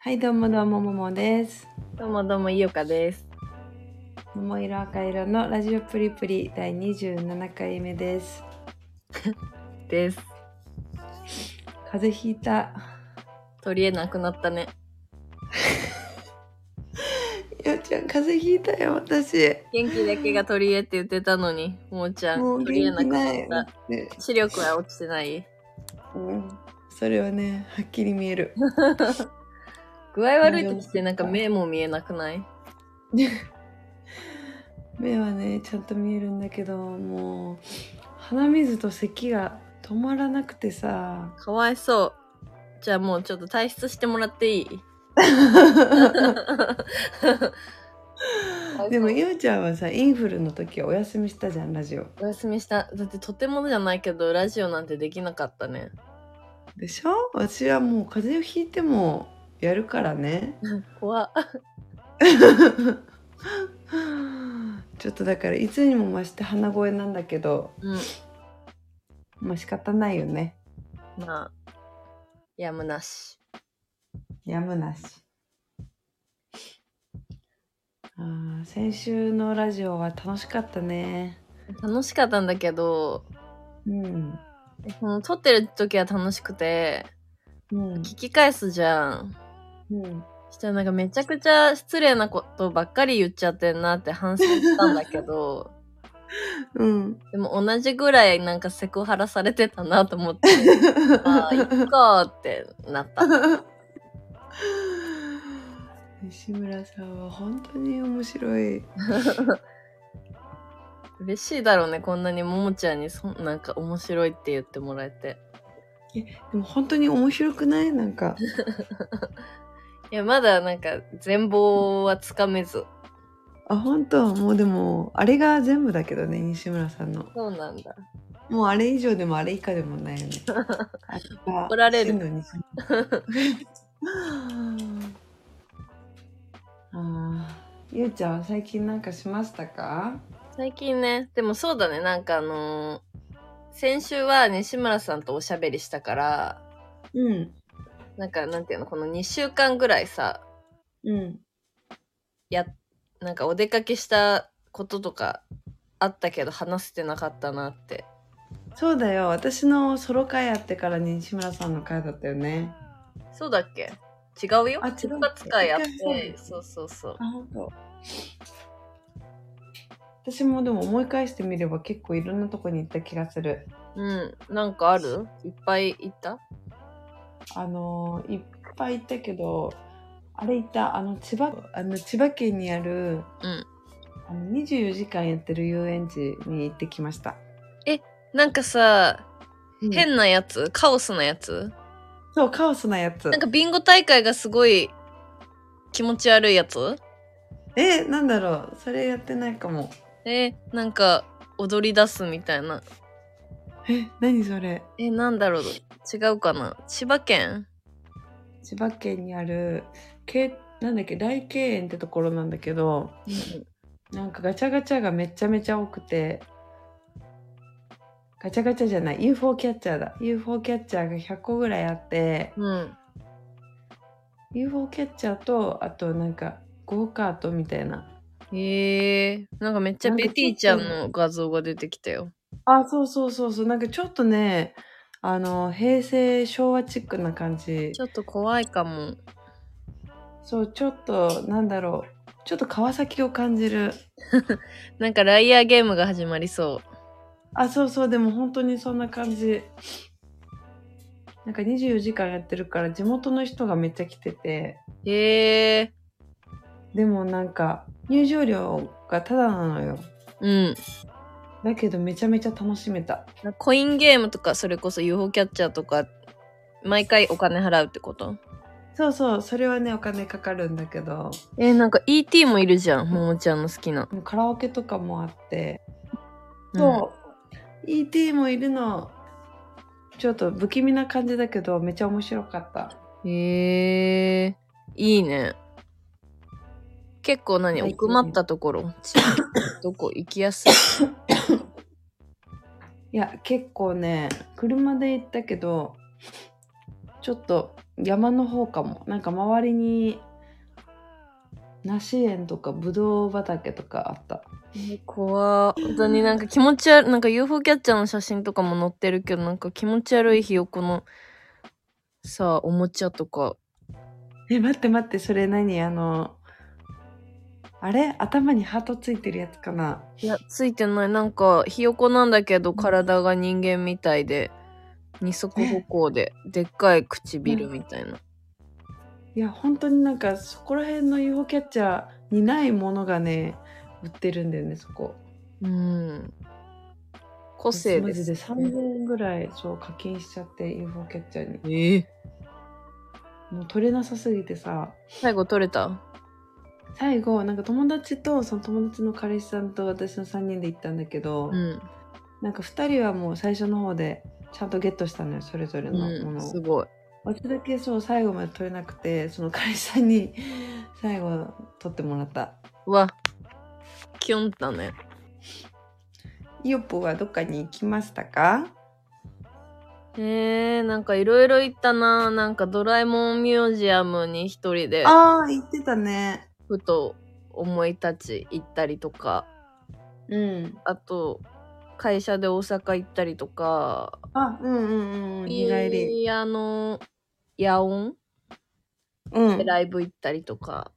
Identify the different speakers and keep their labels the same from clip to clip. Speaker 1: はい、どうもどうもももです。
Speaker 2: どうもどうも、いよかです。
Speaker 1: 桃色赤色のラジオプリプリ第27回目です。
Speaker 2: です。
Speaker 1: 風邪ひいた。
Speaker 2: 取り柄なくなったね。
Speaker 1: ようちゃん、風邪ひいたよ、私。
Speaker 2: 元気だけが取り柄って言ってたのに、もうちゃん、
Speaker 1: もう
Speaker 2: 取り柄
Speaker 1: 元
Speaker 2: な
Speaker 1: 気
Speaker 2: く
Speaker 1: ない。
Speaker 2: なった。
Speaker 1: ね
Speaker 2: 視力は落ちてない。
Speaker 1: うん、それはね、はっきり見え る。
Speaker 2: 具合悪い時ってなんか目も見えなくない
Speaker 1: 目はね、ちゃんと見えるんだけど、もう、鼻水と咳が止まらなくて さ。
Speaker 2: かわいそう。じゃあもうちょっと退出してもらって いい
Speaker 1: でも、ゆうちゃんはさ、インフルの時はお休みしたじゃん、ラジオ。
Speaker 2: お休みした。だってとてもじゃないけど、ラジオなんてできなかったね。
Speaker 1: でしょ私はもう風邪をひいてもやるからね
Speaker 2: 怖っ。
Speaker 1: ちょっとだからいつにも増して鼻声なんだけど
Speaker 2: うん。
Speaker 1: まあ仕方ないよね
Speaker 2: まあ、やむなし。
Speaker 1: やむなしあー先週のラジオは楽しかったね
Speaker 2: 楽しかったんだけど、
Speaker 1: うん、
Speaker 2: その撮ってる時は楽しくて、
Speaker 1: うん
Speaker 2: 聞き返すじゃん。
Speaker 1: うん、
Speaker 2: したらなんかめちゃくちゃ失礼なことばっかり言っちゃってんなって反省したんだけ ど、
Speaker 1: うん、
Speaker 2: でも同じぐらいなんかセクハラされてたなと思って、ああ、いっかーってなった。
Speaker 1: 西村さんは本当に面白い
Speaker 2: 嬉しいだろうね、こんなにももちゃんにそんなんか面白いって言ってもらえて。
Speaker 1: でも本当に面白くないなんか
Speaker 2: いや、まだなんか全貌はつかめず。
Speaker 1: あ本当もうでもあれが全部だけどね西村さんの
Speaker 2: そうなんだ。
Speaker 1: もうあれ以上でもあれ以下でもないよ ねあれが
Speaker 2: 怒られる
Speaker 1: 真の西村あーゆうちゃんは最近なんかしましたか
Speaker 2: 最近ね、でもそうだね、なんかあのー先週は西村さんとおしゃべりしたから、
Speaker 1: うん
Speaker 2: なんかなんていうのこの2週間ぐらいさ
Speaker 1: うん
Speaker 2: やなんかお出かけしたこととかあったけど話せてなかったなって
Speaker 1: そうだよ私のソロ会やってから西村さんの会だったよね
Speaker 2: そうだっけ違うよ
Speaker 1: あ違う
Speaker 2: 部活会やっ
Speaker 1: 部活会
Speaker 2: てそうそうそう
Speaker 1: あ本当私もでも思い返してみれば結構いろんなとこに行った気がする
Speaker 2: うんなんかあるいっぱい行った
Speaker 1: あのーいっぱい行ったけどあれ行ったあの千葉あの千葉県にある、
Speaker 2: うん
Speaker 1: あの24時間やってる遊園地に行ってきました、
Speaker 2: なんかさ、
Speaker 1: うん
Speaker 2: 変なやつカオスなやつ
Speaker 1: そうカオスなやつ
Speaker 2: なんかビンゴ大会がすごい気持ち悪いやつ
Speaker 1: えなんだろうそれやってないかも
Speaker 2: えなんか踊り出すみたいな
Speaker 1: え何それ
Speaker 2: えなんだろう違うかな千葉県
Speaker 1: 千葉県にあるけなんだっけ大慶園ってところなんだけどなんかガチャガチャがめちゃめちゃ多くてガチャガチャじゃない UFO キャッチャーだ UFO キャッチャーが100個ぐらいあって
Speaker 2: うん。
Speaker 1: UFO キャッチャーとあとなんかゴーカートみたいな
Speaker 2: へえなんかめっちゃ
Speaker 1: なんかちょっと
Speaker 2: ベティちゃんの画像が出てきたよ。
Speaker 1: あそうそうそうそうなんかちょっとねあの平成昭和チックな感じ
Speaker 2: ちょっと怖いかも。
Speaker 1: そうちょっとなんだろうちょっと川崎を感じる
Speaker 2: なんかライアーゲームが始まりそ
Speaker 1: あそうそうでも本当にそんな感じなんか24時間やってるから地元の人がめっちゃ来てて
Speaker 2: う。へえ
Speaker 1: でもなんか入場料がタダなのよ
Speaker 2: うん。
Speaker 1: だけどめちゃめちゃ楽しめた
Speaker 2: コインゲームとかそれこそ UFO キャッチャーとか毎回お金払うってこと
Speaker 1: そうそうそれはねお金かかるんだけど
Speaker 2: えー、なんか ET もいるじゃんももちゃんの好きな。
Speaker 1: カラオケとかもあってそう、ET もいるのちょっと不気味な感じだけどめちゃ面白かった
Speaker 2: うん。へえいいね。結構何
Speaker 1: はい
Speaker 2: 奥まったところ。ちどこ行きやすい。
Speaker 1: いや結構ね車で行ったけどちょっと山の方かもなんか周りに梨園とかぶどう畑とかあった
Speaker 2: 怖本当になんか気持ち悪いなんか UFO キャッチャーの写真とかも載ってるけどなんか気持ち悪いひよこのさあおもちゃとか
Speaker 1: え待って待ってそれ何あのあれ頭にハートついてるやつかない
Speaker 2: やついてないなんかひよこなんだけど体が人間みたいで二足歩行ででっかい唇みたいない
Speaker 1: や本当になんかそこら辺の UFO キャッチャーにないものがね売ってるんだよねそこ
Speaker 2: うん個性
Speaker 1: マ
Speaker 2: で
Speaker 1: ジ
Speaker 2: す
Speaker 1: で
Speaker 2: ね
Speaker 1: 3本ぐらいそう課金しちゃって UFO キャッチャーに
Speaker 2: ええ
Speaker 1: もう取れなさすぎてさ
Speaker 2: 最後取れた
Speaker 1: 最後なんか友達とその友達の彼氏さんと私の3人で行ったんだけど、
Speaker 2: うん、
Speaker 1: なんか2人はもう最初の方でちゃんとゲットしたのよそれぞれのも
Speaker 2: うん、
Speaker 1: のを、
Speaker 2: すごい
Speaker 1: 私だけそう最後まで取れなくてその彼氏さんに最後取ってもらった
Speaker 2: うわキュンだね
Speaker 1: イオポはどっかに行きましたか
Speaker 2: えー、なんかいろいろ行ったななんかドラえもんミュージアムに一人で
Speaker 1: ああ行ってたね
Speaker 2: ふと思い立ち行ったりとか
Speaker 1: うん
Speaker 2: あと会社で大阪行ったりとか
Speaker 1: あうんうんうんうん日帰り
Speaker 2: あの野音
Speaker 1: うん
Speaker 2: でライブ行ったりとか、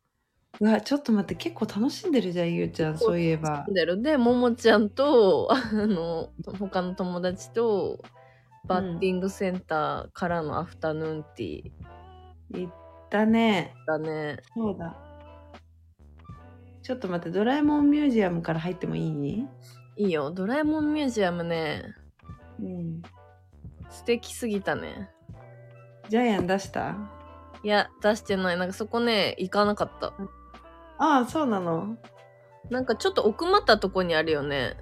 Speaker 1: うわちょっと待って結構楽しんでるじゃんゆうちゃんそういえば
Speaker 2: でるでももちゃんとあの他の友達とバッティングセンターからのアフタヌーンティー
Speaker 1: 行ったね
Speaker 2: だね、
Speaker 1: そうだちょっと待ってドラえもんミュージアムから入ってもいい
Speaker 2: いいよドラえもんミュージアムね
Speaker 1: うん
Speaker 2: 素敵すぎたね
Speaker 1: ジャイアン出した
Speaker 2: いや出してないなんかそこね行かなかった
Speaker 1: ああそうなの
Speaker 2: なんかちょっと奥まったとこにあるよね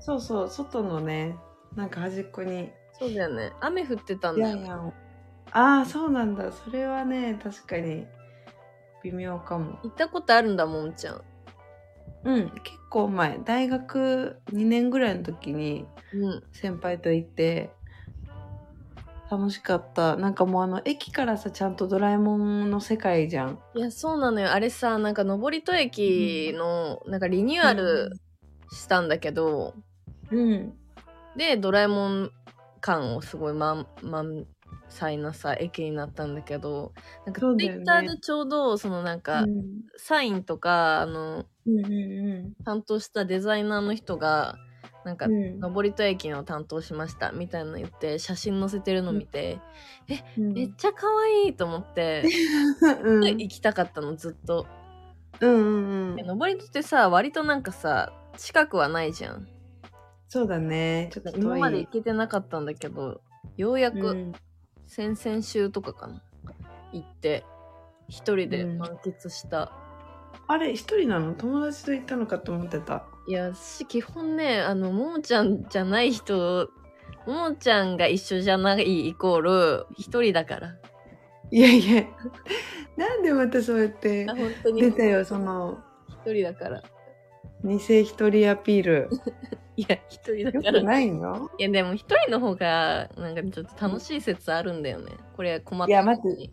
Speaker 1: そうそう外のねなんか端っこに
Speaker 2: そうだよね雨降ってたん
Speaker 1: ジ
Speaker 2: だ
Speaker 1: ャ
Speaker 2: よ
Speaker 1: イアンをああそうなんだそれはね確かに微妙かも
Speaker 2: 行ったことあるんだもんちゃん
Speaker 1: うん結構前大学2年ぐらいの時に
Speaker 2: うん
Speaker 1: 先輩と行って楽しかったなんかもうあの駅からさちゃんとドラえもんの世界じゃん
Speaker 2: いやそうなのよあれさなんか登戸駅の、なんかリニューアルしたんだけど、
Speaker 1: うん
Speaker 2: でドラえもん感をすごい満満載なさ駅になったんだけどなんか
Speaker 1: そうだ
Speaker 2: ツイ
Speaker 1: よね
Speaker 2: ッターでちょうどそのなん
Speaker 1: う
Speaker 2: か、
Speaker 1: ん
Speaker 2: サインとかあの
Speaker 1: うんうん
Speaker 2: 担当したデザイナーの人がなんか
Speaker 1: うんうん
Speaker 2: 登戸駅の担当しましたみたいなの言って写真載せてるの見て、
Speaker 1: うん
Speaker 2: めっちゃ可愛いと 思って、
Speaker 1: うんうん
Speaker 2: 行きたかったのずっと。
Speaker 1: うんう
Speaker 2: で
Speaker 1: ん
Speaker 2: 登戸ってさ割となんかさ近くはないじゃん
Speaker 1: そうだねちょっと遠い
Speaker 2: 今まで行けてなかったんだけどようや
Speaker 1: う
Speaker 2: く
Speaker 1: ん
Speaker 2: 先々週とかかな、行って一人で満喫した、
Speaker 1: あれ一人なの友達と行ったのかと思ってた
Speaker 2: いや私基本ねあのももちゃんじゃない人ももちゃんが一緒じゃないイコール一人だから
Speaker 1: いやいやなんでまたそうやって
Speaker 2: 本当に
Speaker 1: 出たよその
Speaker 2: 一人だから
Speaker 1: 偽一人アピール
Speaker 2: いや一人だ
Speaker 1: よ
Speaker 2: か
Speaker 1: く
Speaker 2: ら
Speaker 1: ないの
Speaker 2: いやでも一人の方がなんかちょっと楽しい説あるんだよねこれ困った
Speaker 1: いや待
Speaker 2: 時
Speaker 1: っ
Speaker 2: に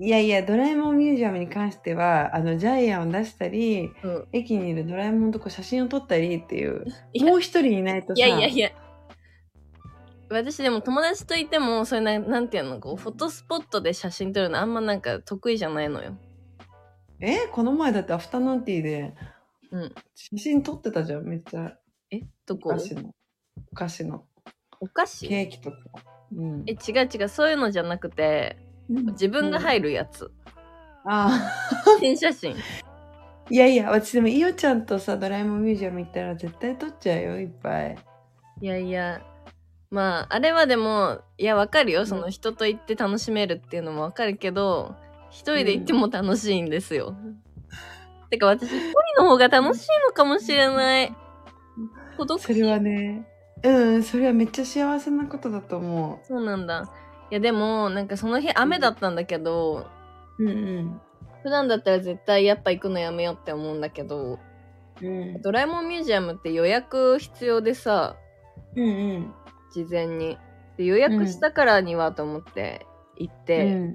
Speaker 1: いやいやドラえもんミュージアムに関してはあのジャイアンを出したり
Speaker 2: うん
Speaker 1: 駅にいるドラえもんとこ写真を撮ったりっていう
Speaker 2: いや
Speaker 1: もう一人いないとさ
Speaker 2: いやいやいや。私でも友達といてもそういうななんていうのこうフォトスポットで写真撮るのあんまなんか得意じゃないのよ。
Speaker 1: えこの前だってアフタヌーンティーで
Speaker 2: うん。
Speaker 1: 写真撮ってたじゃんめっちゃ
Speaker 2: えど
Speaker 1: お
Speaker 2: こ
Speaker 1: 菓子のお菓子の
Speaker 2: お菓子
Speaker 1: ケーキとか、うん
Speaker 2: え、違う違うそういうのじゃなくて自分が
Speaker 1: る、
Speaker 2: 入るやつ。
Speaker 1: うんあ
Speaker 2: 新写真。
Speaker 1: あいやいや私でもいおちゃんとさドラえもんミュージアム行ったら絶対撮っちゃうよいっぱい
Speaker 2: いやいや。まああれはでもいやわかる
Speaker 1: う
Speaker 2: よ
Speaker 1: ん
Speaker 2: その人と行って楽しめるっていうのもわかるけど一人で行っても楽しいんですよ。てか私一人の方が楽しいのかもしれない。孤独
Speaker 1: それはねうんそれはめっちゃ幸せなことだと思
Speaker 2: そうなんだ。いやでもなんかその日雨だったんだけど、
Speaker 1: ううん
Speaker 2: 普段だったら絶対やっぱ行くのやめようって思うんだけど
Speaker 1: うんうん
Speaker 2: ドラえもんミュージアムって予約必要でさ
Speaker 1: うんうん
Speaker 2: 事前にで予約したからにはと思って行って、
Speaker 1: うん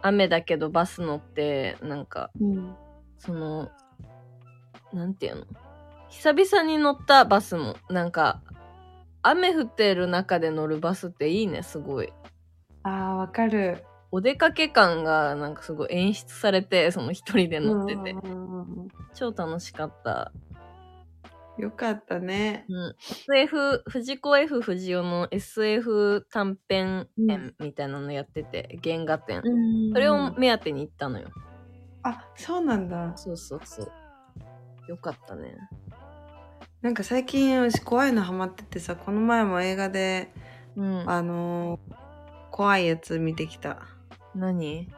Speaker 2: 雨だけどバス乗ってなんか
Speaker 1: うん。
Speaker 2: そのなんていうの久々に乗ったバスもなんか雨降ってる中で乗るバスっていいねすごい
Speaker 1: ああ、わかる。
Speaker 2: お出かけ感がなんかすごい演出されてその一人で乗ってて
Speaker 1: うんうんうんうん
Speaker 2: 超楽しかった、
Speaker 1: よかったね。
Speaker 2: うん、SF 藤子 F 不二雄の SF 短編展みたいなのやってて、原画展
Speaker 1: うん
Speaker 2: それを目当てに行ったのよ
Speaker 1: あ、そうなんだ。
Speaker 2: そうそうそうよかったね
Speaker 1: なんか最近私怖いのハマっててさ、この前も映画で、
Speaker 2: うん
Speaker 1: あのー怖いやつ見てきた。
Speaker 2: 何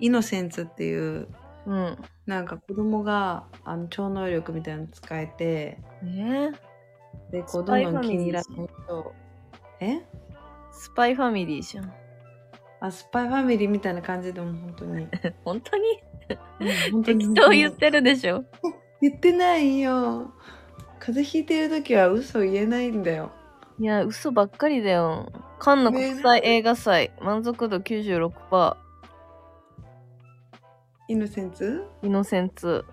Speaker 1: イノセンツっていう、
Speaker 2: うん
Speaker 1: なんか子供があの超能力みたいなの使えて、
Speaker 2: え
Speaker 1: で、こう
Speaker 2: ス
Speaker 1: ど
Speaker 2: パ
Speaker 1: ん
Speaker 2: イ
Speaker 1: どん気に入ら
Speaker 2: ファミ
Speaker 1: ないと。え
Speaker 2: スパイファミリーじゃん
Speaker 1: あ、スパイファミリーみたいな感じでも本 当に。
Speaker 2: 本当に
Speaker 1: うん本当に
Speaker 2: 適当言ってるでしょ
Speaker 1: 言ってないよ。風邪ひいてる時は嘘言えないんだよ。
Speaker 2: いや嘘ばっかりだよカンヌ国際映画祭満足度96%
Speaker 1: イノセンツ
Speaker 2: イノセンツ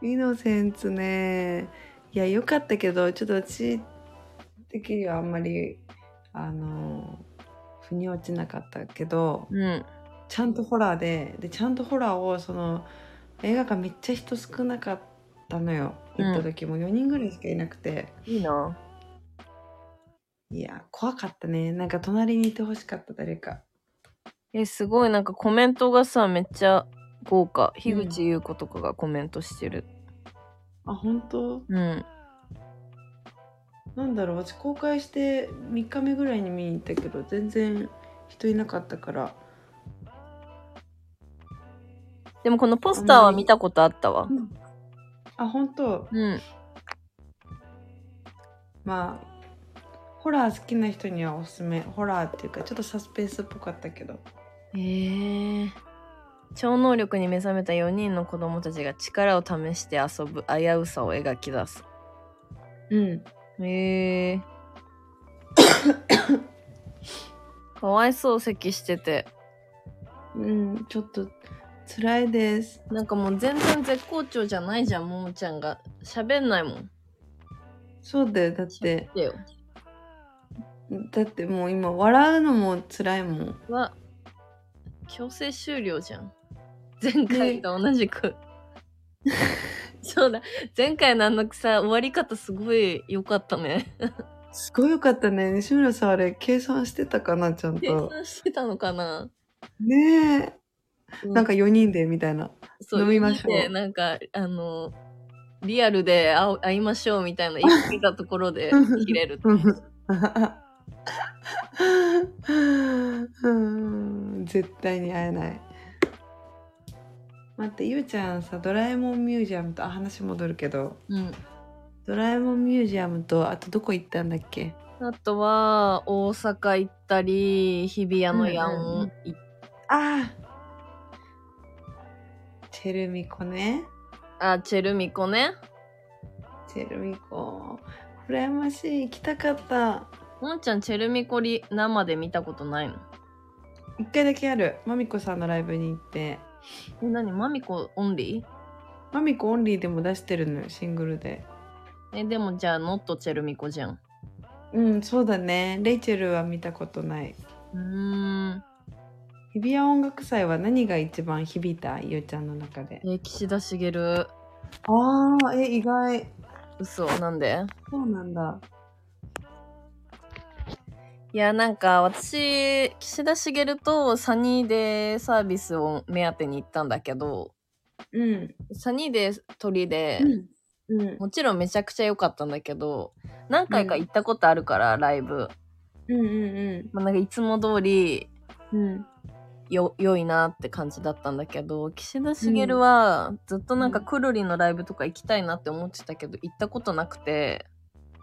Speaker 1: イノセンツねいや良かったけどちょっと私的にはあんまりあの腑に落ちなかったけど
Speaker 2: うん
Speaker 1: ちゃんとホラーででちゃんとホラーをその映画館めっちゃ人少なかったのよ
Speaker 2: うん
Speaker 1: 行った時も4人ぐらいしかいなくて、
Speaker 2: いいない
Speaker 1: や怖かったねなんか隣にいてほしかった誰か
Speaker 2: えすごいなんかコメントがさめっちゃ豪華樋口優子とかがコメントしてる
Speaker 1: あ本当
Speaker 2: うん
Speaker 1: なんだろう私公開して3日目ぐらいに見に行ったけど全然人いなかったから
Speaker 2: でもこのポスターは見たことあったわ
Speaker 1: あ本当
Speaker 2: うん
Speaker 1: まあホラー好きな人にはおすすめホラーっていうかちょっとサスペンスっぽかったけど
Speaker 2: えー、超能力に目覚めた4人の子供たちが力を試して遊ぶ危うさを描き出す。
Speaker 1: うん
Speaker 2: えー、かわいそう咳してて
Speaker 1: うんちょっと辛いです
Speaker 2: なんかもう全然絶好調じゃないじゃんももちゃんが喋んないもん
Speaker 1: そうだよだって
Speaker 2: でよ
Speaker 1: だってもう今笑うのも辛いもん
Speaker 2: は強制終了じゃん前回と同じくそうだ前回のあのさ終わり方すごい良かったね
Speaker 1: すごいよかったね西村さんあれ計算してたかなちゃん
Speaker 2: 計
Speaker 1: と
Speaker 2: 算してたのかな、
Speaker 1: ねえなん
Speaker 2: か
Speaker 1: か4人でみたいな
Speaker 2: そう
Speaker 1: 飲みましょう
Speaker 2: 家でなんか、あの、リアルで会お会いましょうみたいな言ってたところで切れる。
Speaker 1: うん 絶対に会えない待ってゆうちゃんさ「ドラえもんミュージアムと」あ話戻るけど
Speaker 2: うん。
Speaker 1: 「ドラえもんミュージアムと」あとどこ行ったんだっけ
Speaker 2: あとは、大阪行ったり、日比谷のヤ
Speaker 1: うんうんう
Speaker 2: ン
Speaker 1: ん
Speaker 2: 行っ
Speaker 1: ああチェルミコね
Speaker 2: あ、チェルミコね。
Speaker 1: チェルミコ羨ましい行きたかった
Speaker 2: もんちゃん、チェルミコリ生で見たことないの
Speaker 1: 一回だけあるまみこさんのライブに行って
Speaker 2: え、なにマミコオンリ
Speaker 1: まみこオンリーでも出してるのよシングルで
Speaker 2: ーえ、でもじゃあ、ノットチェルミコじゃん。
Speaker 1: うんそうだねレイチェルは見たことないう
Speaker 2: ーん。
Speaker 1: 日比谷音楽祭は何が一番響いたゆうちゃんの中で
Speaker 2: え、岸田茂。
Speaker 1: ああえ意外
Speaker 2: 嘘、なんで
Speaker 1: そうなんだ
Speaker 2: いや、なんか私、岸田茂とサニーデーサービスを目当てに行ったんだけど、
Speaker 1: うん
Speaker 2: サニーデー鳥で、
Speaker 1: うんうん
Speaker 2: もちろんめちゃくちゃ良かったんだけど、何回か行ったことあるから、ライブ。
Speaker 1: うんうん
Speaker 2: まあ、なんかいつも通り、
Speaker 1: うんうん
Speaker 2: よ、良いなって感じだったんだけど、岸田茂は、ずっとなんかくるりのライブとか行きたいなって思ってたけど、行ったことなくて、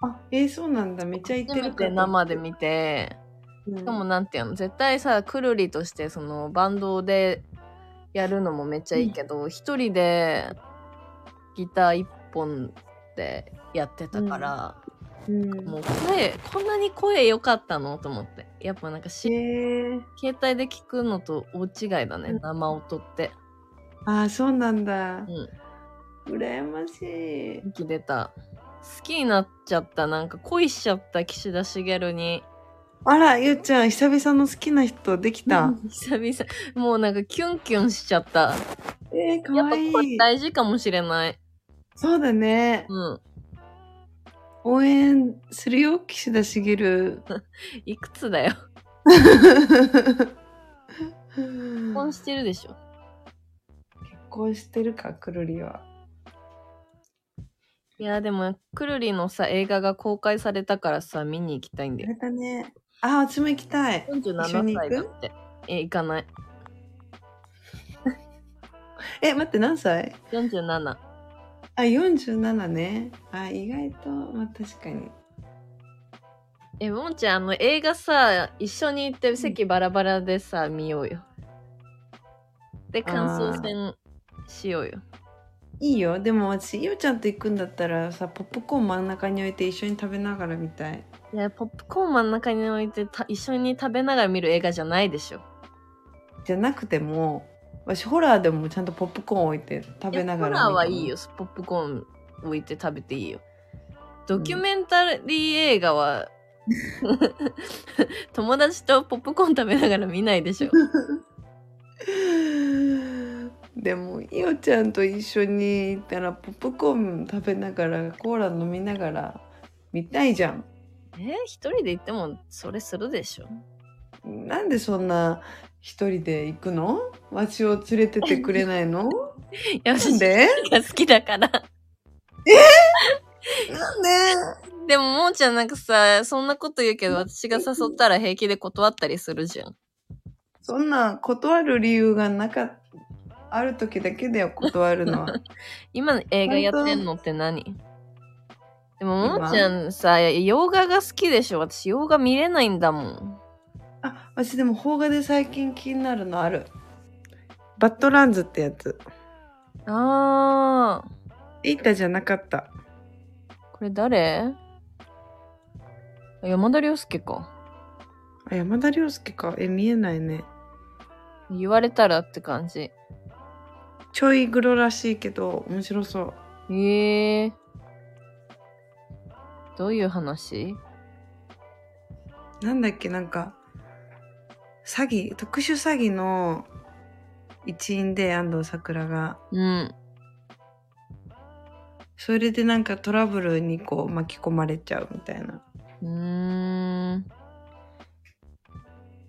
Speaker 1: あえー、そうなんだめっちゃ行ってる
Speaker 2: 初めて生で見て、
Speaker 1: うん
Speaker 2: しかもなんていうの絶対さくるりとしてそのバンドでやるのもめっちゃいいけど一、人でギター一本でやってたから、
Speaker 1: うん
Speaker 2: もう声こんなに声良かったのと思ってやっぱなんかし、
Speaker 1: え
Speaker 2: 携帯で聞くのと大違いだね、
Speaker 1: うん
Speaker 2: 生音って。
Speaker 1: ああそうなんだ
Speaker 2: うん。
Speaker 1: 羨ましい
Speaker 2: 元気出た。好きになっちゃった、なんか恋しちゃった岸田茂に。
Speaker 1: あらゆうちゃん久々の好きな人できた、
Speaker 2: 久々、もうなんかキュンキュンしちゃった。
Speaker 1: えー、か
Speaker 2: やっぱ
Speaker 1: わい
Speaker 2: 声
Speaker 1: い
Speaker 2: 大事かもしれない。
Speaker 1: そうだね
Speaker 2: うん。
Speaker 1: 応援するよ岸田茂
Speaker 2: いくつだよ。 結婚
Speaker 1: 結
Speaker 2: してるでしょ。
Speaker 1: 婚してるかくるりはい
Speaker 2: や、でも、くるりのさ、映画が公開されたからさ、見に行きたいんだ
Speaker 1: や
Speaker 2: よ。
Speaker 1: れたねあ私も行きたい一緒に行く
Speaker 2: 47歳だって。え、行かない。
Speaker 1: え待って何歳
Speaker 2: 47。
Speaker 1: あ47ねあ意外とまあ確かに
Speaker 2: え、もんちゃん、あの、映画さ、一緒に行って席バラバラでさ、見ようよ。で、感想戦しようよ。
Speaker 1: いいよでも私ゆうちゃんと行くんだったらさポップコーン真ん中に置いて一緒に食べながら見たい
Speaker 2: いや、ポップコーン真ん中に置いてた一緒に食べながら見る映画じゃないでしょ。
Speaker 1: じゃなくても私ホラーでもちゃんとポップコーン置いて食べながら
Speaker 2: い
Speaker 1: 見た
Speaker 2: やホラーはいいよ。ポップコーン置いて食べていいよ。ドキュメンタリー映画 は、友達とポップコーン食べながら見ない でしょ。
Speaker 1: でもいおちゃんと一緒に行ったらポップコーン食べながらコーラ飲みながら見たいじゃん
Speaker 2: えー一人で行ってもそれするでしょ。
Speaker 1: なんでそんな一人で行くのわしを連れてってくれないの
Speaker 2: いや、
Speaker 1: なん
Speaker 2: 私
Speaker 1: で
Speaker 2: が好きだから。
Speaker 1: なん
Speaker 2: でも、もーちゃんなんかさ、そんなこと言うけど、私が誘ったら平気で断ったりするじゃん。
Speaker 1: そんな断る理由がなかっある時だけだよ断るのは
Speaker 2: 今の映画やってんのって何でも、もーちゃんさ、洋画が好きでしょ。私、洋画見れないんだもん。
Speaker 1: あわしでも邦画で最近気になるのあるバッドランズってやつ
Speaker 2: あー。
Speaker 1: イータじゃなかった
Speaker 2: これ誰山田涼介か。
Speaker 1: あ山田涼介かえ見えないね
Speaker 2: 言われたらって感じ。
Speaker 1: ちょいグロらしいけど面白そう
Speaker 2: へえー。どういう話
Speaker 1: なんだっけなんか詐欺特殊詐欺の一員で安藤サクラが
Speaker 2: うん。
Speaker 1: それでなんかトラブルにこう巻き込まれちゃうみたいな
Speaker 2: うーん。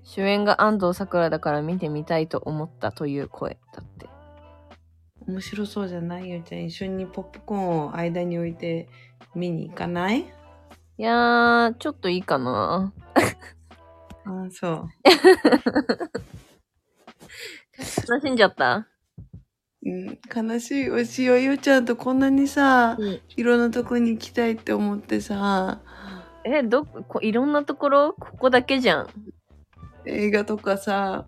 Speaker 2: 主演が安藤サクラだから見てみたいと思ったという声だって。
Speaker 1: 面白そうじゃないゆうちゃん一緒にポップコーンを間に置いて見に行かない
Speaker 2: いやー、ちょっといいかな。
Speaker 1: ああそう
Speaker 2: 悲しんじゃった
Speaker 1: うん、悲しいおしよゆうちゃんとこんなにさ、
Speaker 2: うん
Speaker 1: いろんなとこに行きたいって思ってさ
Speaker 2: え、どこ、いろんなところここだけじゃん。
Speaker 1: 映画とかさ、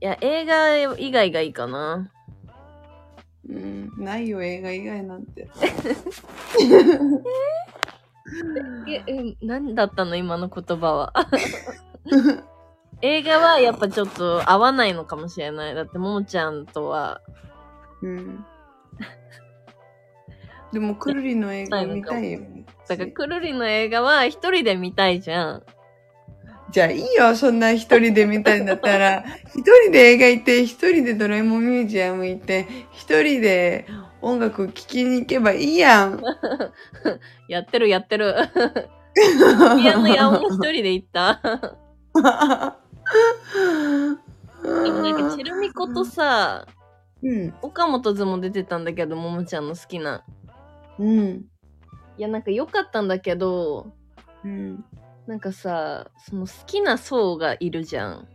Speaker 2: いや、映画以外がいいかな。
Speaker 1: うん、ないよ映画以外なん て
Speaker 2: え、え、何だったの今の言葉は。映画はやっぱちょっと合わないのかもしれない。だって、ももちゃんとは、
Speaker 1: うんでもくるりの映画見たいよ
Speaker 2: だから、くるりの映画は一人で見たいじゃん。
Speaker 1: じゃあいいよそんな一人で見たいんだった ら一人で映画行って一人でドラえもんミュージアム行って一人で音楽聴きに行けばいいやん
Speaker 2: やってるやってる。ピアノやおも 一人で行った。でもなんか、チルミコとさ、
Speaker 1: うん。
Speaker 2: 岡本図も出てたんだけど、ももちゃんの好きな。
Speaker 1: うん。
Speaker 2: いや、なんか良かったんだけど、
Speaker 1: うん。
Speaker 2: なんかさ、その好きな層がいるじゃん。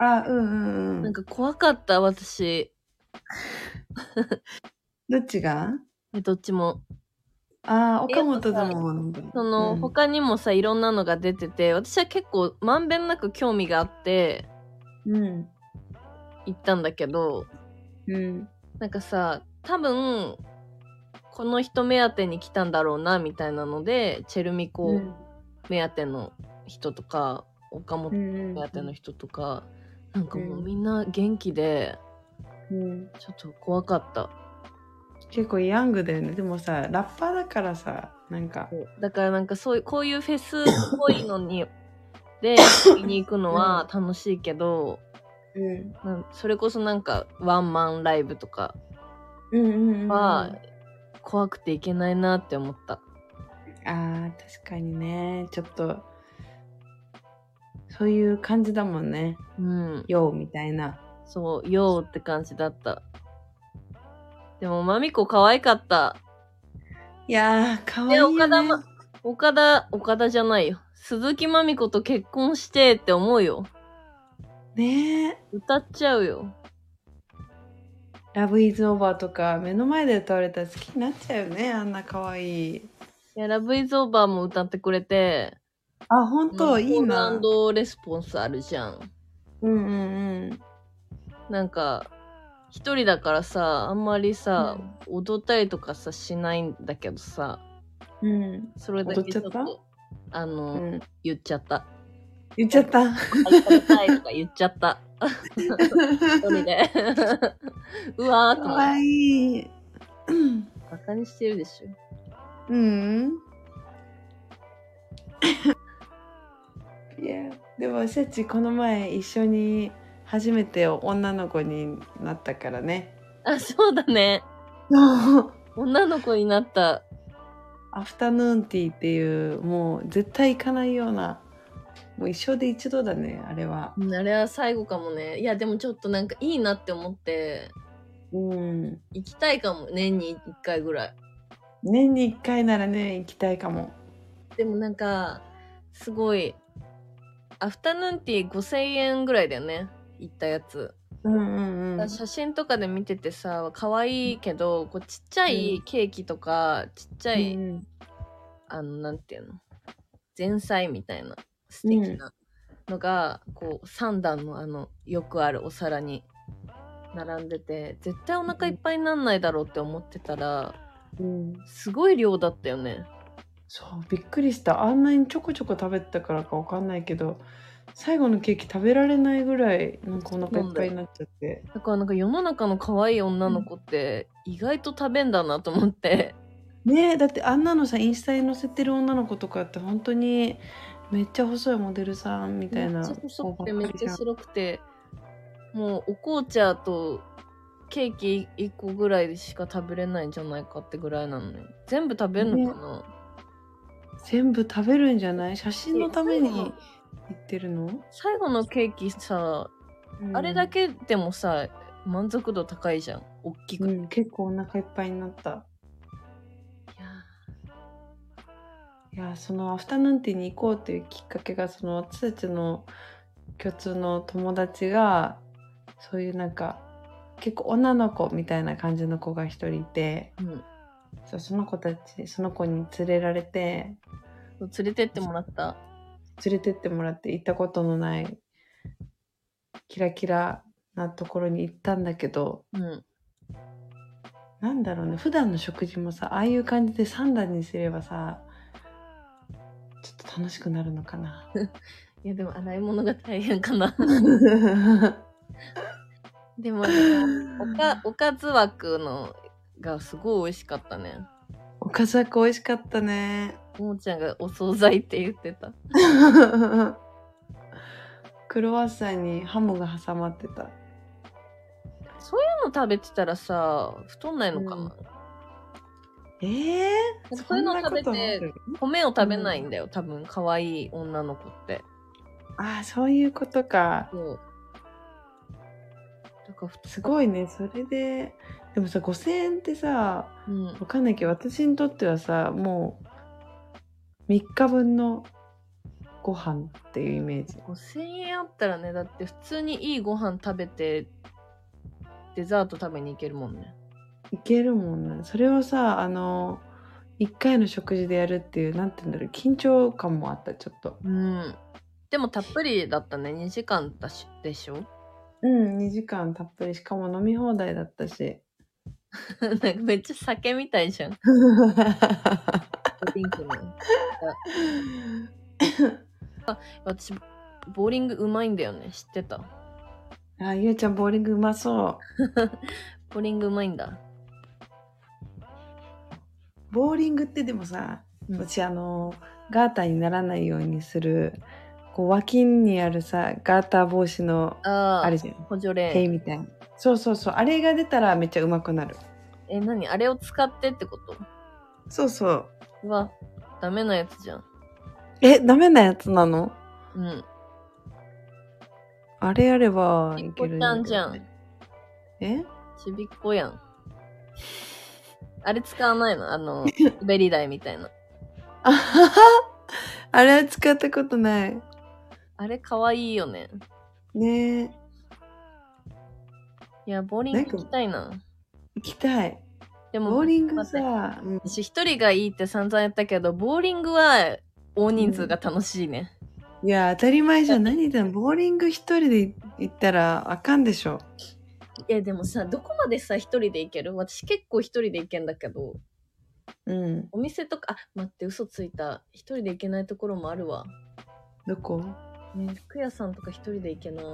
Speaker 1: あ、うんうんう
Speaker 2: なん
Speaker 1: ん。
Speaker 2: か怖かった、私。
Speaker 1: どっちが
Speaker 2: えどっちも。
Speaker 1: ああ、岡本だもん。
Speaker 2: その、
Speaker 1: うん
Speaker 2: 他にもさいろんなのが出てて私は結構まんべんなく興味があって
Speaker 1: うん。
Speaker 2: 行ったんだけど
Speaker 1: うん。
Speaker 2: なんかさ多分この人目当てに来たんだろうなみたいなのでチェルミコ目当ての人とか、岡
Speaker 1: う
Speaker 2: 本
Speaker 1: ん
Speaker 2: 目当ての人とか、なんかもううんみんな元気で
Speaker 1: うん
Speaker 2: ちょっと怖かった
Speaker 1: 結構ヤングだよねでもさラッパーだからさなんか
Speaker 2: だからなんかそういうこういうフェスっぽいのに で見に行くのは楽しいけど、
Speaker 1: うん
Speaker 2: なんそれこそなんかワンマンライブとか
Speaker 1: うんうんうん
Speaker 2: は怖くていけないなって思った、
Speaker 1: あー確かにねちょっとそういう感じだもんね
Speaker 2: うん、
Speaker 1: ようみたいな
Speaker 2: そうよーって感じだったでもまみこ可愛かった
Speaker 1: いやーかわいい
Speaker 2: で
Speaker 1: よ、ね、
Speaker 2: 岡田ま岡田岡田じゃないよ鈴木まみこと結婚してって思うよ
Speaker 1: ねえ
Speaker 2: 歌っちゃうよ
Speaker 1: ラブイズオーバーとか目の前で歌われたら好きになっちゃうよねあんな可愛い
Speaker 2: いや、ラブイズオーバーも歌ってくれて、
Speaker 1: あ本当
Speaker 2: まあ
Speaker 1: いいな
Speaker 2: コールレスポンスあるじゃん。
Speaker 1: うんうんうん
Speaker 2: なんか、一人だからさ、あんまりさ、踊ったりとかさ、しないんだけどさ、
Speaker 1: うん
Speaker 2: それだけちょっ
Speaker 1: 踊っち
Speaker 2: と、あ
Speaker 1: う
Speaker 2: の、
Speaker 1: ん
Speaker 2: 言っちゃった。
Speaker 1: 言っちゃった
Speaker 2: はい、食べたいとか言っちゃ った。一人で。 うわーって
Speaker 1: か
Speaker 2: 思っ
Speaker 1: わいいうん
Speaker 2: た。バカにしてるでしょ。
Speaker 1: うんいやでもシャチこの前一緒に初めて女の子になったからね
Speaker 2: あ、そうだね。女の子になった。
Speaker 1: アフタヌーンティーっていうもう絶対行かないようなもう一生で一度だねあれは
Speaker 2: うんあれは最後かもね。いや、でもちょっとなんかいいなって思って、
Speaker 1: うん
Speaker 2: 行きたいかも年に1回ぐらい
Speaker 1: 年に一回ならね行きたいかも
Speaker 2: でもなんかすごいアフタヌーンティー5000円ぐらいだよね行ったやつ、
Speaker 1: うんうんうん
Speaker 2: 写真とかで見ててさ可愛いけどこうちっちゃいケーキとかちっちゃい、
Speaker 1: うん
Speaker 2: あのなんていうの前菜みたいな素敵なのが、こう3段のあのよくあるお皿に並んでて絶対お腹いっぱいになんないだろうって思ってたら
Speaker 1: うん
Speaker 2: すごい量だったよね
Speaker 1: そうびっくりしたあんなにちょこちょこ食べてたからかわかんないけど最後のケーキ食べられないぐらいなんかお腹いっぱいになっちゃって
Speaker 2: だからなんか世の中の可愛い女の子って意外と食べんだなと思って、
Speaker 1: ねえだってあんなのさインスタに載せてる女の子とかって本当にめっちゃ細いモデルさんみたい
Speaker 2: め
Speaker 1: な
Speaker 2: っちゃ細くて
Speaker 1: 子ば
Speaker 2: め
Speaker 1: っ
Speaker 2: っ
Speaker 1: かりじ
Speaker 2: ち
Speaker 1: ゃ
Speaker 2: ゃ
Speaker 1: ん
Speaker 2: 白くてもうお紅茶とケーキ1個ぐらいしか食べれないんじゃないかってぐらいなのに全部食べんのかな、
Speaker 1: 全部食べるんじゃない写真のために行ってるの、
Speaker 2: 最後のケーキさ、あれだけでもさ満足度高いじゃん大きく
Speaker 1: う
Speaker 2: て、い
Speaker 1: ん結構お腹いっぱいになった
Speaker 2: や
Speaker 1: いやそのアフタヌーンティーに行こうっていうきっかけがその私たちの共通の友達がそういうなんか結構女の子みたいな感じの子が一人いて
Speaker 2: ーうん
Speaker 1: そうその子たちその子に連れられて
Speaker 2: そう連れてってもらった
Speaker 1: 連れてってもらって行ったことのないキラキラなところに行ったんだけど
Speaker 2: うん
Speaker 1: なんだろうね普段の食事もさああいう感じで3段にすればさちょっと楽しくなるのかな。
Speaker 2: いやでも洗い物が大変かな でもおかおかず枠のがすごい美味しかったね。
Speaker 1: おかず枠美味しかったね。
Speaker 2: ももちゃんがお惣菜って言ってた。
Speaker 1: クロワッサンにハムが挟まってた。
Speaker 2: そういうの食べてたらさ、太んないのかな、
Speaker 1: うんええー、
Speaker 2: そういうの食べ
Speaker 1: そんな
Speaker 2: て
Speaker 1: ことある
Speaker 2: 米を食べないんだよ、多分可愛い女の子って。
Speaker 1: ああ、そういうことか。
Speaker 2: そう。だから太
Speaker 1: すごいね、それで。でもさ、5000円ってさ、
Speaker 2: うん
Speaker 1: わかんないけど、私にとってはさ、もう、3日分のご飯っていうイメージ。
Speaker 2: 5000円あったらね、だって普通にいいご飯食べて、デザート食べに行けるもんね。
Speaker 1: いけるもんね。それをさ、あの、1回の食事でやるっていう、なんて言うんだろう、緊張感もあった、ちょっと。
Speaker 2: うん。でもたっぷりだったね。2時間だしでしょ
Speaker 1: うん、2時間たっぷり、しかも飲み放題だったし。
Speaker 2: なんかめっちゃ酒みたいじゃん。ドリンクの。私、ボーリングうまいんだよね知ってた
Speaker 1: あ、ゆうちゃん、ボーリングうまそ
Speaker 2: ボーリングうまいんだ
Speaker 1: う。ボーリングってでもさ、
Speaker 2: うん
Speaker 1: 私、あの、ガーターにならないようにする、こう、脇にあるさ、ガーター帽子の、
Speaker 2: ああ
Speaker 1: あれじゃん。
Speaker 2: 補助
Speaker 1: 手
Speaker 2: レーン
Speaker 1: みたいな。そうそうそう。あれが出たらめっちゃうまくなる。
Speaker 2: え何あれを使ってってこと
Speaker 1: そうそう。
Speaker 2: うわダメなやつじゃん
Speaker 1: え、ダメなやつなの
Speaker 2: うん
Speaker 1: あれやれば
Speaker 2: ち
Speaker 1: い
Speaker 2: びっこ
Speaker 1: ける
Speaker 2: ちゃんじゃ
Speaker 1: だけ
Speaker 2: ん
Speaker 1: どね。
Speaker 2: ちびっこやんあれ使わないのあ の滑り台みたいな
Speaker 1: えあはは あれは使ったことない。
Speaker 2: あれかわいいよね
Speaker 1: ねえ。
Speaker 2: いやボーリング行きたいな
Speaker 1: 行きたい。
Speaker 2: でも
Speaker 1: ボーリング
Speaker 2: 待って
Speaker 1: さ、うん
Speaker 2: 私一人がいいって散々やったけどボーリングは大人数が楽しいね、
Speaker 1: いや、当たり前じゃん。何言ってんのボーリング一人で行ったらあかんでしょ。
Speaker 2: いやでもさどこまでさ一人で行ける私結構一人で行けんだけど
Speaker 1: うん。
Speaker 2: お店とかあ待って嘘ついた一人で行けないところもあるわ
Speaker 1: どこ
Speaker 2: ね服屋さんとか一人で行けない